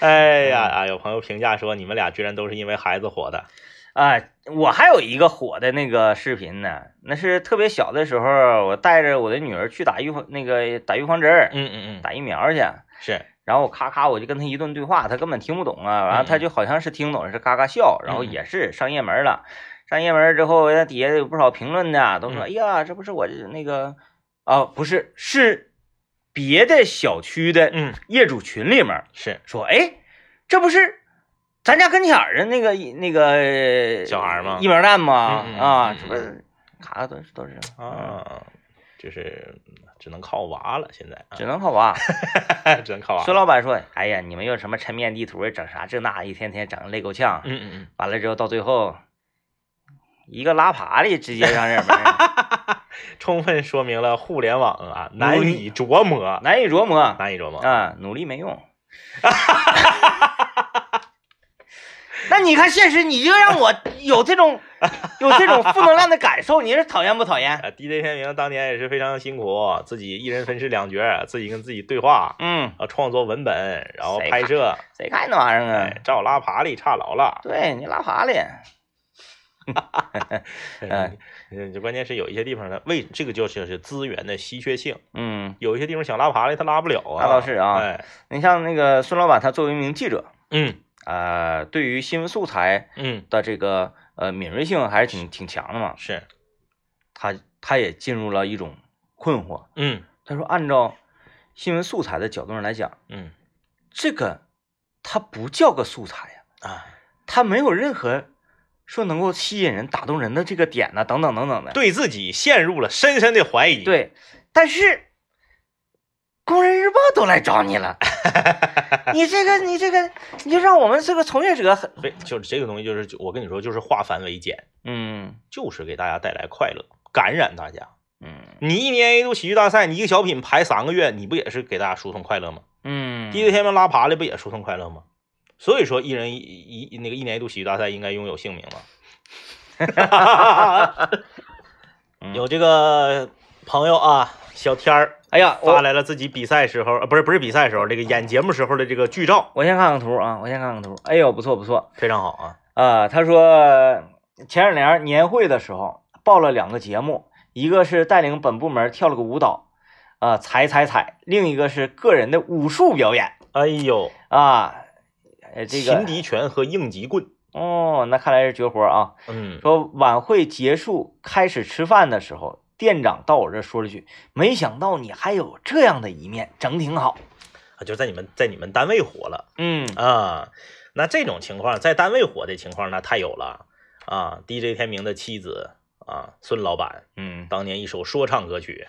[SPEAKER 2] 哎呀啊！有朋友评价说，你们俩居然都是因为孩子火的。
[SPEAKER 1] 啊，我还有一个火的那个视频呢，那是特别小的时候，我带着我的女儿去打预防那个打预防针儿，
[SPEAKER 2] 嗯嗯嗯，
[SPEAKER 1] 打疫苗去。
[SPEAKER 2] 是，
[SPEAKER 1] 然后我咔咔我就跟他一顿对话，他根本听不懂啊，完了
[SPEAKER 2] 嗯
[SPEAKER 1] 他就好像是听懂了，是嘎嘎笑，然后也是上热门了，上热门之后，那底下有不少评论呢，都说哎
[SPEAKER 2] 嗯
[SPEAKER 1] 呀，这不是我那个啊，不是是别的小区的
[SPEAKER 2] 嗯
[SPEAKER 1] 业主群里面
[SPEAKER 2] 是
[SPEAKER 1] 说，哎，这不是。咱家跟前儿的那个那个
[SPEAKER 2] 小孩儿吗
[SPEAKER 1] 疫苗站吗？
[SPEAKER 2] 嗯嗯啊
[SPEAKER 1] 啊
[SPEAKER 2] 嗯，
[SPEAKER 1] 嗯这不是卡都是都是，
[SPEAKER 2] 啊，就是只能靠娃了。现在
[SPEAKER 1] 只能靠娃。
[SPEAKER 2] 啊，只能靠娃。
[SPEAKER 1] 孙老板说：“哎呀，你们又什么抻面地图，整啥这那，一天天整累够呛。
[SPEAKER 2] 嗯嗯嗯，
[SPEAKER 1] 完了之后到最后，一个拉耙的直接让人们
[SPEAKER 2] 充分说明了互联网啊难
[SPEAKER 1] 努力
[SPEAKER 2] 以琢磨，
[SPEAKER 1] 难以琢磨 啊、
[SPEAKER 2] 难以琢磨。
[SPEAKER 1] 努力没用。 那你看现实，你就让我有这种有这种负能量的感受，你是讨厌不讨厌？
[SPEAKER 2] 啊，DJ 天明当年也是非常辛苦，自己一人分饰两角，自己跟自己对话，
[SPEAKER 1] 嗯，
[SPEAKER 2] 啊，创作文本，然后
[SPEAKER 1] 谁
[SPEAKER 2] 拍摄，
[SPEAKER 1] 谁看那玩意儿啊？
[SPEAKER 2] 哎，照拉耙里差 老了。
[SPEAKER 1] 对你拉耙了，哎
[SPEAKER 2] 嗯，就关键是有一些地方呢，为这个就是是资源的稀缺性，
[SPEAKER 1] 嗯，
[SPEAKER 2] 有一些地方想拉耙来他拉不了啊。
[SPEAKER 1] 那倒是啊
[SPEAKER 2] 哎，
[SPEAKER 1] 你像那个孙老板，他作为一名记者，
[SPEAKER 2] 嗯
[SPEAKER 1] 呃，对于新闻素材
[SPEAKER 2] 嗯，
[SPEAKER 1] 的这个呃敏锐性还是挺挺强的嘛。
[SPEAKER 2] 是，
[SPEAKER 1] 他他也进入了一种困惑。
[SPEAKER 2] 嗯
[SPEAKER 1] 他说，按照新闻素材的角度上来讲，
[SPEAKER 2] 嗯
[SPEAKER 1] 这个它不叫个素材呀、
[SPEAKER 2] 啊，
[SPEAKER 1] 它没有任何说能够吸引人、打动人的这个点呐，等等等等的。
[SPEAKER 2] 对自己陷入了深深的怀疑。，
[SPEAKER 1] 对，但是《工人日报》都来找你 了，你这个你这个，你就让我们这个从业者很
[SPEAKER 2] 非就是这个东西，就是就我跟你说，就是化繁为简，
[SPEAKER 1] 嗯
[SPEAKER 2] 就是给大家带来快乐，感染大家。
[SPEAKER 1] 嗯
[SPEAKER 2] 你一年一度喜剧大赛，你一个小品排三个月，你不也是给大家输送快乐吗？
[SPEAKER 1] 嗯，
[SPEAKER 2] 第一天们拉爬的不也输送快乐吗？所以说，一人一一一那个一年一度喜剧大赛应该拥有姓名嘛。
[SPEAKER 1] 嗯
[SPEAKER 2] 有这个朋友啊，小天儿
[SPEAKER 1] 哎呀，
[SPEAKER 2] 发
[SPEAKER 1] 我
[SPEAKER 2] 来了自己比赛时候，呃，不是不是比赛时候，这个演节目时候的这个剧照，
[SPEAKER 1] 我先看看图啊，我先看看图。哎呦，不错不错
[SPEAKER 2] 非常好啊。
[SPEAKER 1] 啊、他说前两年年会的时候报了两个节目，一个是带领本部门跳了个舞蹈，啊、踩踩踩；另一个是个人的武术表演
[SPEAKER 2] 哎呦，
[SPEAKER 1] 啊。呃，这个
[SPEAKER 2] 秦迪拳和应急棍，
[SPEAKER 1] 哦，那看来是绝活啊。
[SPEAKER 2] 嗯，
[SPEAKER 1] 说晚会结束开始吃饭的时候，店长到我这儿说了句：“没想到你还有这样的一面，整挺好。
[SPEAKER 2] 啊就在你们在你们单位火了。”
[SPEAKER 1] 嗯
[SPEAKER 2] 啊，那这种情况在单位火的情况那太有了啊！DJ 天明的妻子啊，孙老板
[SPEAKER 1] 嗯
[SPEAKER 2] 当年一首说唱歌曲，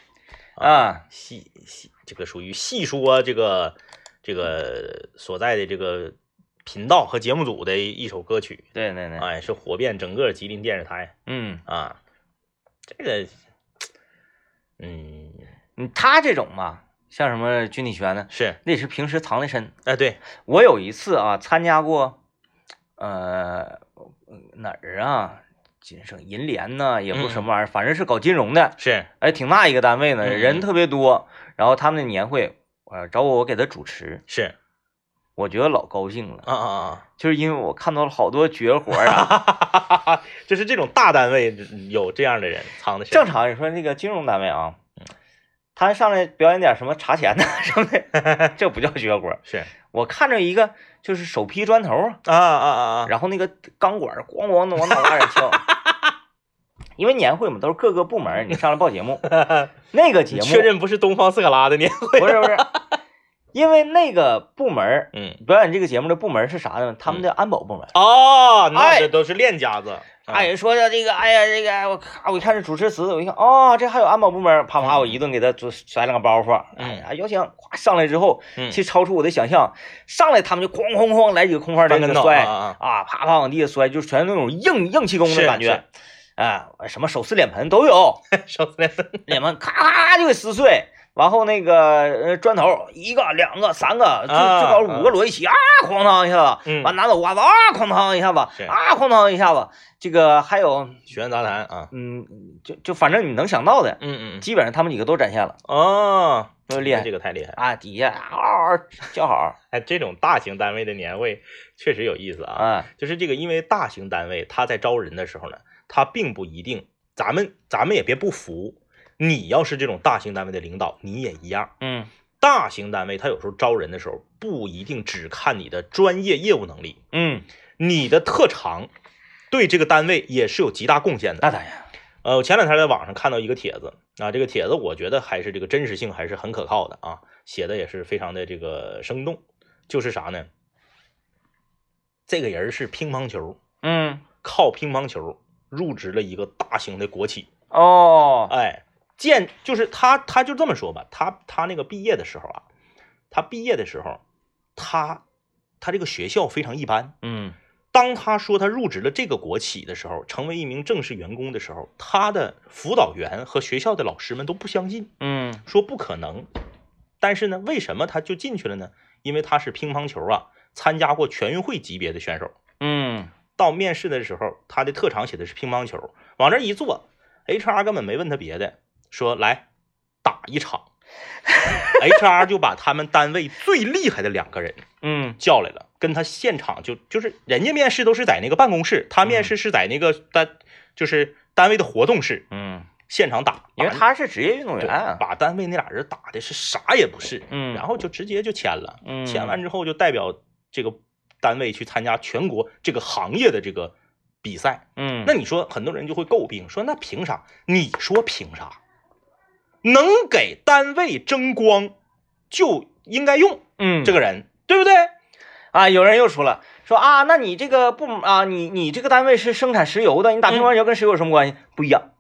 [SPEAKER 1] 啊，
[SPEAKER 2] 细细这个属于细说这个这个所在的这个频道和节目组的一首歌曲，
[SPEAKER 1] 对对对，
[SPEAKER 2] 哎，是火遍整个吉林电视台
[SPEAKER 1] 嗯，
[SPEAKER 2] 啊。这个，嗯，
[SPEAKER 1] 嗯他这种嘛，像什么军体拳呢，
[SPEAKER 2] 是，
[SPEAKER 1] 那也是平时藏得深。
[SPEAKER 2] 哎，对，
[SPEAKER 1] 我有一次啊，参加过，呃，哪儿啊？金省银联呐，也不是什么玩意儿，反正是搞金融的，
[SPEAKER 2] 是，
[SPEAKER 1] 哎，挺大一个单位呢，
[SPEAKER 2] 嗯
[SPEAKER 1] 人特别多。然后他们的年会，呃，找我，我给他主持，
[SPEAKER 2] 是，
[SPEAKER 1] 我觉得老高兴了。
[SPEAKER 2] 啊啊啊
[SPEAKER 1] 就是因为我看到了好多绝活儿啊。
[SPEAKER 2] 哈哈哈哈！就是这种大单位有这样的人藏的深。
[SPEAKER 1] 正常，你说那个金融单位啊，
[SPEAKER 2] 嗯
[SPEAKER 1] 他上来表演点什么查钱呐什么的， 这不叫绝活儿。
[SPEAKER 2] 是
[SPEAKER 1] 我看着一个就是手劈砖头啊，
[SPEAKER 2] 啊啊啊啊！
[SPEAKER 1] 然后那个钢管儿咣咣的往脑瓜上敲。因为年会嘛，都是各个部门儿你上来报节 目，那个节
[SPEAKER 2] 你
[SPEAKER 1] 目
[SPEAKER 2] 确认不是东方斯卡拉的年会？啊
[SPEAKER 1] 不是不是，因为那个部门儿
[SPEAKER 2] 嗯，
[SPEAKER 1] 表演这个节目的部门儿是啥呢？他们的安保部门。
[SPEAKER 2] 哦，那
[SPEAKER 1] 哎
[SPEAKER 2] 这都是练家子。啊
[SPEAKER 1] 哎，，说的这个，哎呀，这个我咔，我一看这主持词，我一看，哦，这还有安保部门，啪
[SPEAKER 2] 嗯
[SPEAKER 1] 啪，我一顿给他就甩两个包袱，哎呀，有请，咵上来之后，
[SPEAKER 2] 嗯
[SPEAKER 1] 其实超出我的想象，上来他们就哐哐哐来几个空翻
[SPEAKER 2] 翻
[SPEAKER 1] 的
[SPEAKER 2] 跟
[SPEAKER 1] 那
[SPEAKER 2] 头
[SPEAKER 1] 个摔，
[SPEAKER 2] 啊啊
[SPEAKER 1] 啊，啪啪往地下摔，就是全那种硬硬气功的
[SPEAKER 2] 是
[SPEAKER 1] 感
[SPEAKER 2] 是
[SPEAKER 1] 觉，啊，什么手撕脸盆都有，
[SPEAKER 2] 手撕脸盆。
[SPEAKER 1] 脸盆咔咔就给撕碎。然后那个呃砖头一个两个三个，最
[SPEAKER 2] 啊
[SPEAKER 1] 最高五个摞一起啊，哐当一下子
[SPEAKER 2] 嗯，
[SPEAKER 1] 完拿走瓜子啊，哐当一下子
[SPEAKER 2] 是
[SPEAKER 1] 啊，哐当一下子，这个还有
[SPEAKER 2] 学员杂谈啊，
[SPEAKER 1] 嗯，就就反正你能想到的，
[SPEAKER 2] 嗯嗯，
[SPEAKER 1] 基本上他们几个都展现了
[SPEAKER 2] 哦，
[SPEAKER 1] 都厉害
[SPEAKER 2] 这个太厉害。
[SPEAKER 1] 啊，底下嗷嗷叫好，
[SPEAKER 2] 哎，这种大型单位的年会确实有意思啊。
[SPEAKER 1] 啊，
[SPEAKER 2] 就是这个，因为大型单位他在招人的时候呢，他并不一定，咱们咱们也别不服。你要是这种大型单位的领导，你也一样。
[SPEAKER 1] 嗯
[SPEAKER 2] 大型单位他有时候招人的时候，不一定只看你的专业业务能力，
[SPEAKER 1] 嗯，
[SPEAKER 2] 你的特长对这个单位也是有极大贡献的。
[SPEAKER 1] 那当然，
[SPEAKER 2] 呃，我前两天在网上看到一个帖子啊，这个帖子我觉得还是这个真实性还是很可靠的啊，写的也是非常的这个生动。就是啥呢？这个人是乒乓球，
[SPEAKER 1] 嗯，
[SPEAKER 2] 靠乒乓球入职了一个大型的国企，
[SPEAKER 1] 哦，
[SPEAKER 2] 哎，见就是他，他就这么说吧，他他那个毕业的时候啊，他毕业的时候，他他这个学校非常一般。
[SPEAKER 1] 嗯
[SPEAKER 2] 当他说他入职了这个国企的时候，成为一名正式员工的时候，他的辅导员和学校的老师们都不相信，
[SPEAKER 1] 嗯
[SPEAKER 2] 说不可能。但是呢，为什么他就进去了呢？因为他是乒乓球啊参加过全运会级别的选手。
[SPEAKER 1] 嗯
[SPEAKER 2] 到面试的时候，他的特长写的是乒乓球，往这一坐，HR 根本没问他别的，说来打一场，HR 就把他们单位最厉害的两个人
[SPEAKER 1] 嗯
[SPEAKER 2] 叫来了，跟他现场就就是人家面试都是在那个办公室，他面试是在那个单就是单位的活动室
[SPEAKER 1] 嗯，
[SPEAKER 2] 现场打，
[SPEAKER 1] 因为
[SPEAKER 2] 把
[SPEAKER 1] 他是职业运动
[SPEAKER 2] 啊对
[SPEAKER 1] 员。啊
[SPEAKER 2] 把单位那俩人打的是啥也不是，
[SPEAKER 1] 嗯，
[SPEAKER 2] 然后就直接就签了，
[SPEAKER 1] 嗯
[SPEAKER 2] 签完之后就代表这个单位去参加全国这个行业的这个比赛。
[SPEAKER 1] 嗯，
[SPEAKER 2] 那你说很多人就会诟病说那凭啥？你说凭啥？能给单位争光就应该用
[SPEAKER 1] 嗯
[SPEAKER 2] 这个人，对不对？
[SPEAKER 1] 啊，有人又说了，说啊，那你这个部门啊，你你这个单位是生产石油的，你打乒乓
[SPEAKER 2] 嗯
[SPEAKER 1] 球跟石油有什么关系？不一样，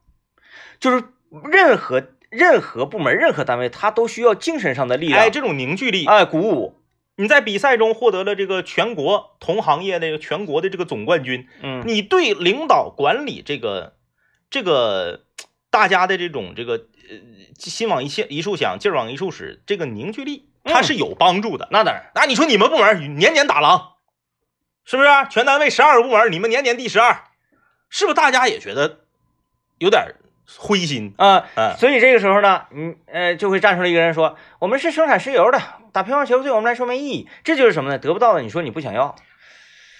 [SPEAKER 1] 就是任何任何部门、任何单位，他都需要精神上的力量，
[SPEAKER 2] 哎，这种凝聚力，
[SPEAKER 1] 哎鼓舞。
[SPEAKER 2] 你在比赛中获得了这个全国同行业的全国的这个总冠军，
[SPEAKER 1] 嗯
[SPEAKER 2] 你对领导管理这个这个大家的这种这个呃心往一线一处想，劲儿往一处使，这个凝聚力它是有帮助的。
[SPEAKER 1] 那当然，
[SPEAKER 2] 那你说你们部门年年打狼，是不是、啊？全单位十二个部门，你们年年第十二，是不是？大家也觉得有点灰心。
[SPEAKER 1] 啊、
[SPEAKER 2] 嗯
[SPEAKER 1] 所以这个时候呢，嗯呃，就会站出来一个人说，我们是生产石油的，打乒乓球对我们来说没意义。这就是什么呢？得不到的，你说你不想要，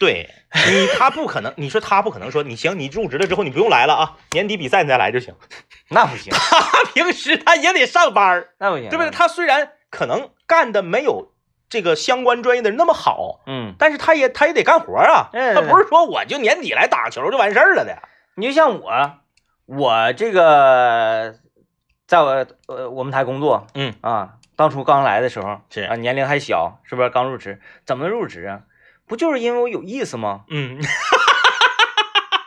[SPEAKER 2] 对你，他不可能，你说他不可能说你行，你入职了之后你不用来了啊，年底比赛你再来就行。
[SPEAKER 1] 那不行，
[SPEAKER 2] 他平时他也得上班儿，
[SPEAKER 1] 那不行，
[SPEAKER 2] 对不对？？他虽然可能干的没有这个相关专业的人那么好，
[SPEAKER 1] 嗯，
[SPEAKER 2] 但是他也他也得干活儿啊，
[SPEAKER 1] 嗯
[SPEAKER 2] 他不是说我就年底来打球就完事儿了的。
[SPEAKER 1] 你就像我，我这个在我呃我们台工作，
[SPEAKER 2] 嗯
[SPEAKER 1] 啊，当初刚来的时候
[SPEAKER 2] 是
[SPEAKER 1] 啊，年龄还小，是不是刚入职？怎么入职啊？不就是因为我有意思吗？
[SPEAKER 2] 嗯，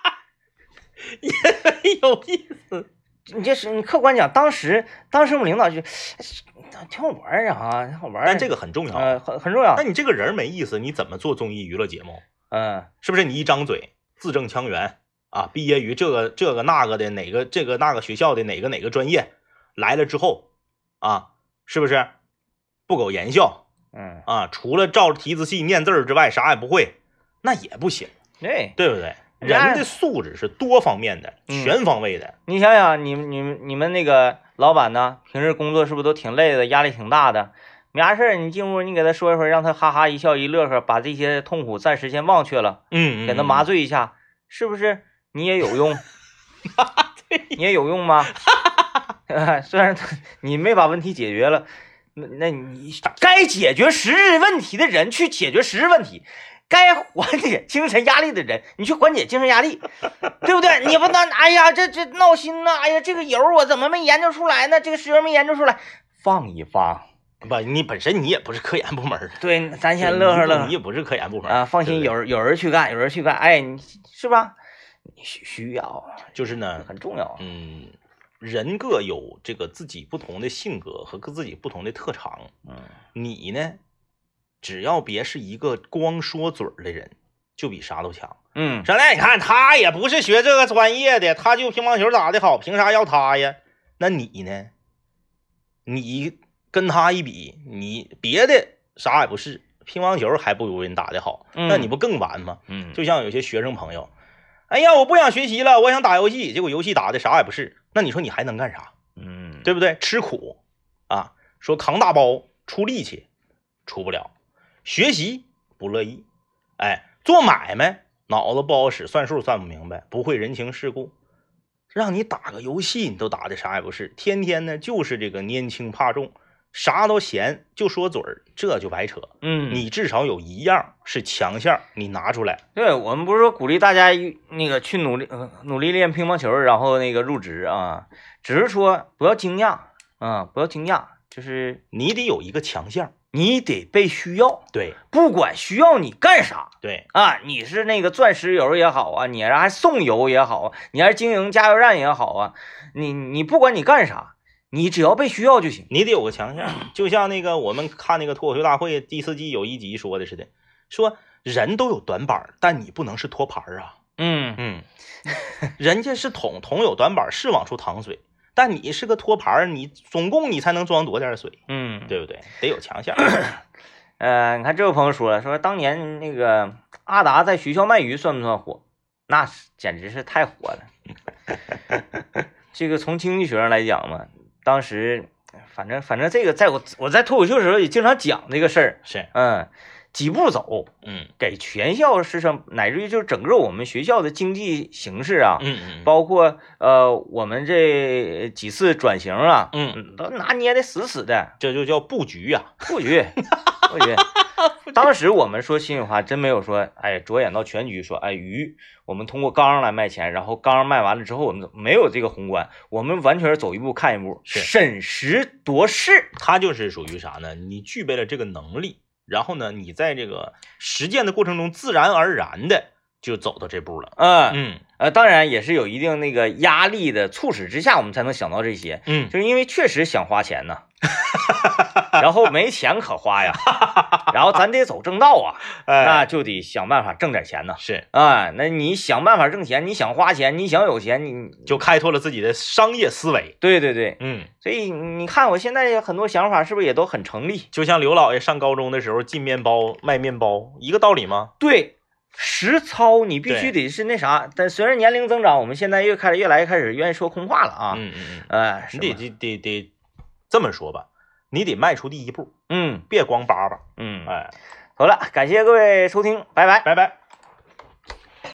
[SPEAKER 2] 也没有意思。
[SPEAKER 1] 你这是你客观讲，当时当时我们领导就哎挺好玩儿啊，挺好玩儿。
[SPEAKER 2] 但这个很重要。
[SPEAKER 1] 呃很很重要
[SPEAKER 2] 那，你这个人没意思，你怎么做综艺娱乐节目？
[SPEAKER 1] 嗯
[SPEAKER 2] 是不是你一张嘴字正腔圆啊？毕业于这个这个那个的哪个这个那个学校的哪个哪个专业，来了之后啊，是不是不苟言笑
[SPEAKER 1] 嗯，
[SPEAKER 2] 啊？除了照着提字器念字儿之外，啥也不会，那也不行，
[SPEAKER 1] 对，
[SPEAKER 2] 对不对？
[SPEAKER 1] 那
[SPEAKER 2] 人的素质是多方面的，
[SPEAKER 1] 嗯
[SPEAKER 2] 全方位的。
[SPEAKER 1] 你想想，你们你们你们那个老板呢，平时工作是不是都挺累的，压力挺大的？没啥事儿，你进屋你给他说一会儿，让他哈哈一笑一乐呵，把这些痛苦暂时先忘却了，
[SPEAKER 2] 嗯
[SPEAKER 1] 给他麻醉一下，是不是？你也有 用，你也有用吗？ 哎虽然他你没把问题解决了，那那你该解决实质问题的人去解决实质问题，该缓解精神压力的人你去缓解精神压力， 对不对？你不能哎呀这这闹心呐、哎呀这个油我怎么没研究出来呢？这个石油没研究出来，放一放，
[SPEAKER 2] 不，你本身你也不是科研部门儿的，
[SPEAKER 1] 对，咱
[SPEAKER 2] 嗯 对
[SPEAKER 1] 先乐呵
[SPEAKER 2] 你也不
[SPEAKER 1] 乐呵
[SPEAKER 2] 你也不是科研部门儿
[SPEAKER 1] 啊，放
[SPEAKER 2] 对
[SPEAKER 1] 心，
[SPEAKER 2] 不
[SPEAKER 1] 有
[SPEAKER 2] 对
[SPEAKER 1] 人有人去干，有人去干，哎，你是吧？你需需要啊
[SPEAKER 2] 就是呢，
[SPEAKER 1] 很重要，啊
[SPEAKER 2] 嗯，人各有这个自己不同的性格和各自己不同的特长。
[SPEAKER 1] 嗯
[SPEAKER 2] 你呢，只要别是一个光说嘴儿的人，就比啥都强。
[SPEAKER 1] 嗯
[SPEAKER 2] 说那你看他也不是学这个专业的，他就乒乓球打得好，凭啥要他呀？那你呢？你跟他一比，你别的啥也不是，乒乓球还不如人打得好，
[SPEAKER 1] 嗯
[SPEAKER 2] 那你不更完吗？
[SPEAKER 1] 嗯，
[SPEAKER 2] 就像有些学生朋友，哎呀，我不想学习了，我想打游戏，结果游戏打的啥也不是，那你说你还能干啥？
[SPEAKER 1] 嗯
[SPEAKER 2] 对不对？吃苦啊，说扛大包出力气，出不了，学习不乐意，哎，做买卖脑子不好使，算数算不明白，不会人情世故，让你打个游戏你都打的啥也不是，天天呢就是这个拈轻怕重，啥都嫌就说嘴儿，这就白扯。
[SPEAKER 1] 嗯，
[SPEAKER 2] 你至少有一样是强项，你拿出来。
[SPEAKER 1] 对我们不是说鼓励大家一那个去努力、呃努力练乒乓球，然后那个入职啊，只是说不要惊讶啊，不要惊讶，就是
[SPEAKER 2] 你得有一个强项。
[SPEAKER 1] 你得被需要，
[SPEAKER 2] 对
[SPEAKER 1] 不管需要你干啥。
[SPEAKER 2] 对，
[SPEAKER 1] 啊，你是那个钻石油也好啊，你还是送油也好啊，你还是经营加油站也好啊，你你不管你干啥，你只要被需要就行。
[SPEAKER 2] 你得有个强项，就像那个我们看那个脱口秀大会第四季有一集说的似的，说人都有短板儿，但你不能是托盘儿啊。
[SPEAKER 1] 嗯，
[SPEAKER 2] 嗯， 人家是桶，桶有短板儿，是往出淌水，但你是个托盘儿，你总共你才能装多点儿水，
[SPEAKER 1] 嗯，
[SPEAKER 2] 对不对？得有强项。
[SPEAKER 1] 呃，你看这位朋友说了，说当年那个阿达在学校卖鱼算不算火？那是简直是太火了。这个从经济学上来讲嘛，当时反正反正这个，在我我在脱口秀的时候也经常讲这个事儿，
[SPEAKER 2] 是，
[SPEAKER 1] 嗯，几步走
[SPEAKER 2] 嗯
[SPEAKER 1] 给全校师生，乃至于就是整个我们学校的经济形势啊，
[SPEAKER 2] 嗯嗯，
[SPEAKER 1] 包括呃我们这几次转型啊，
[SPEAKER 2] 嗯，
[SPEAKER 1] 都拿捏的死死的，
[SPEAKER 2] 这就叫布局啊呀、
[SPEAKER 1] 布局，布局。当时我们说心里话，真没有说，哎，着眼到全局，说，哎，鱼，我们通过缸来卖钱，然后缸卖完了之后，我们没有这个宏观，我们完全是走一步看一步，
[SPEAKER 2] 是
[SPEAKER 1] 审时度势。
[SPEAKER 2] 它就是属于啥呢？你具备了这个能力，然后呢，你在这个实践的过程中，自然而然的就走到这步了。
[SPEAKER 1] 嗯，
[SPEAKER 2] 嗯
[SPEAKER 1] 呃，当然也是有一定那个压力的促使之下，我们才能想到这些，
[SPEAKER 2] 嗯，
[SPEAKER 1] 就是因为确实想花钱 呐，然后没钱可花呀，然后咱得走正道啊，
[SPEAKER 2] 哎，
[SPEAKER 1] 那就得想办法挣点钱呐。
[SPEAKER 2] 是
[SPEAKER 1] 啊，那你想办法挣钱，你想花钱，你想有钱，你
[SPEAKER 2] 就开拓了自己的商业思维。
[SPEAKER 1] 对对对，
[SPEAKER 2] 嗯，
[SPEAKER 1] 所以你看我现在很多想法是不是也都很成立？
[SPEAKER 2] 就像刘老爷上高中的时候进面包卖面包，一个道理吗？
[SPEAKER 1] 对，实操你必须
[SPEAKER 2] 对
[SPEAKER 1] 得是那啥，但随着年龄增长，我们现在越开始越来越开始愿意说空话了啊，
[SPEAKER 2] 嗯嗯嗯，
[SPEAKER 1] 呃，
[SPEAKER 2] 你
[SPEAKER 1] 是
[SPEAKER 2] 得
[SPEAKER 1] 吧
[SPEAKER 2] 得得得这么说吧，你得迈出第一步，
[SPEAKER 1] 嗯
[SPEAKER 2] 别光叭叭。
[SPEAKER 1] 嗯，
[SPEAKER 2] 哎，
[SPEAKER 1] 好了，感谢各位收听，拜拜。
[SPEAKER 2] 拜拜。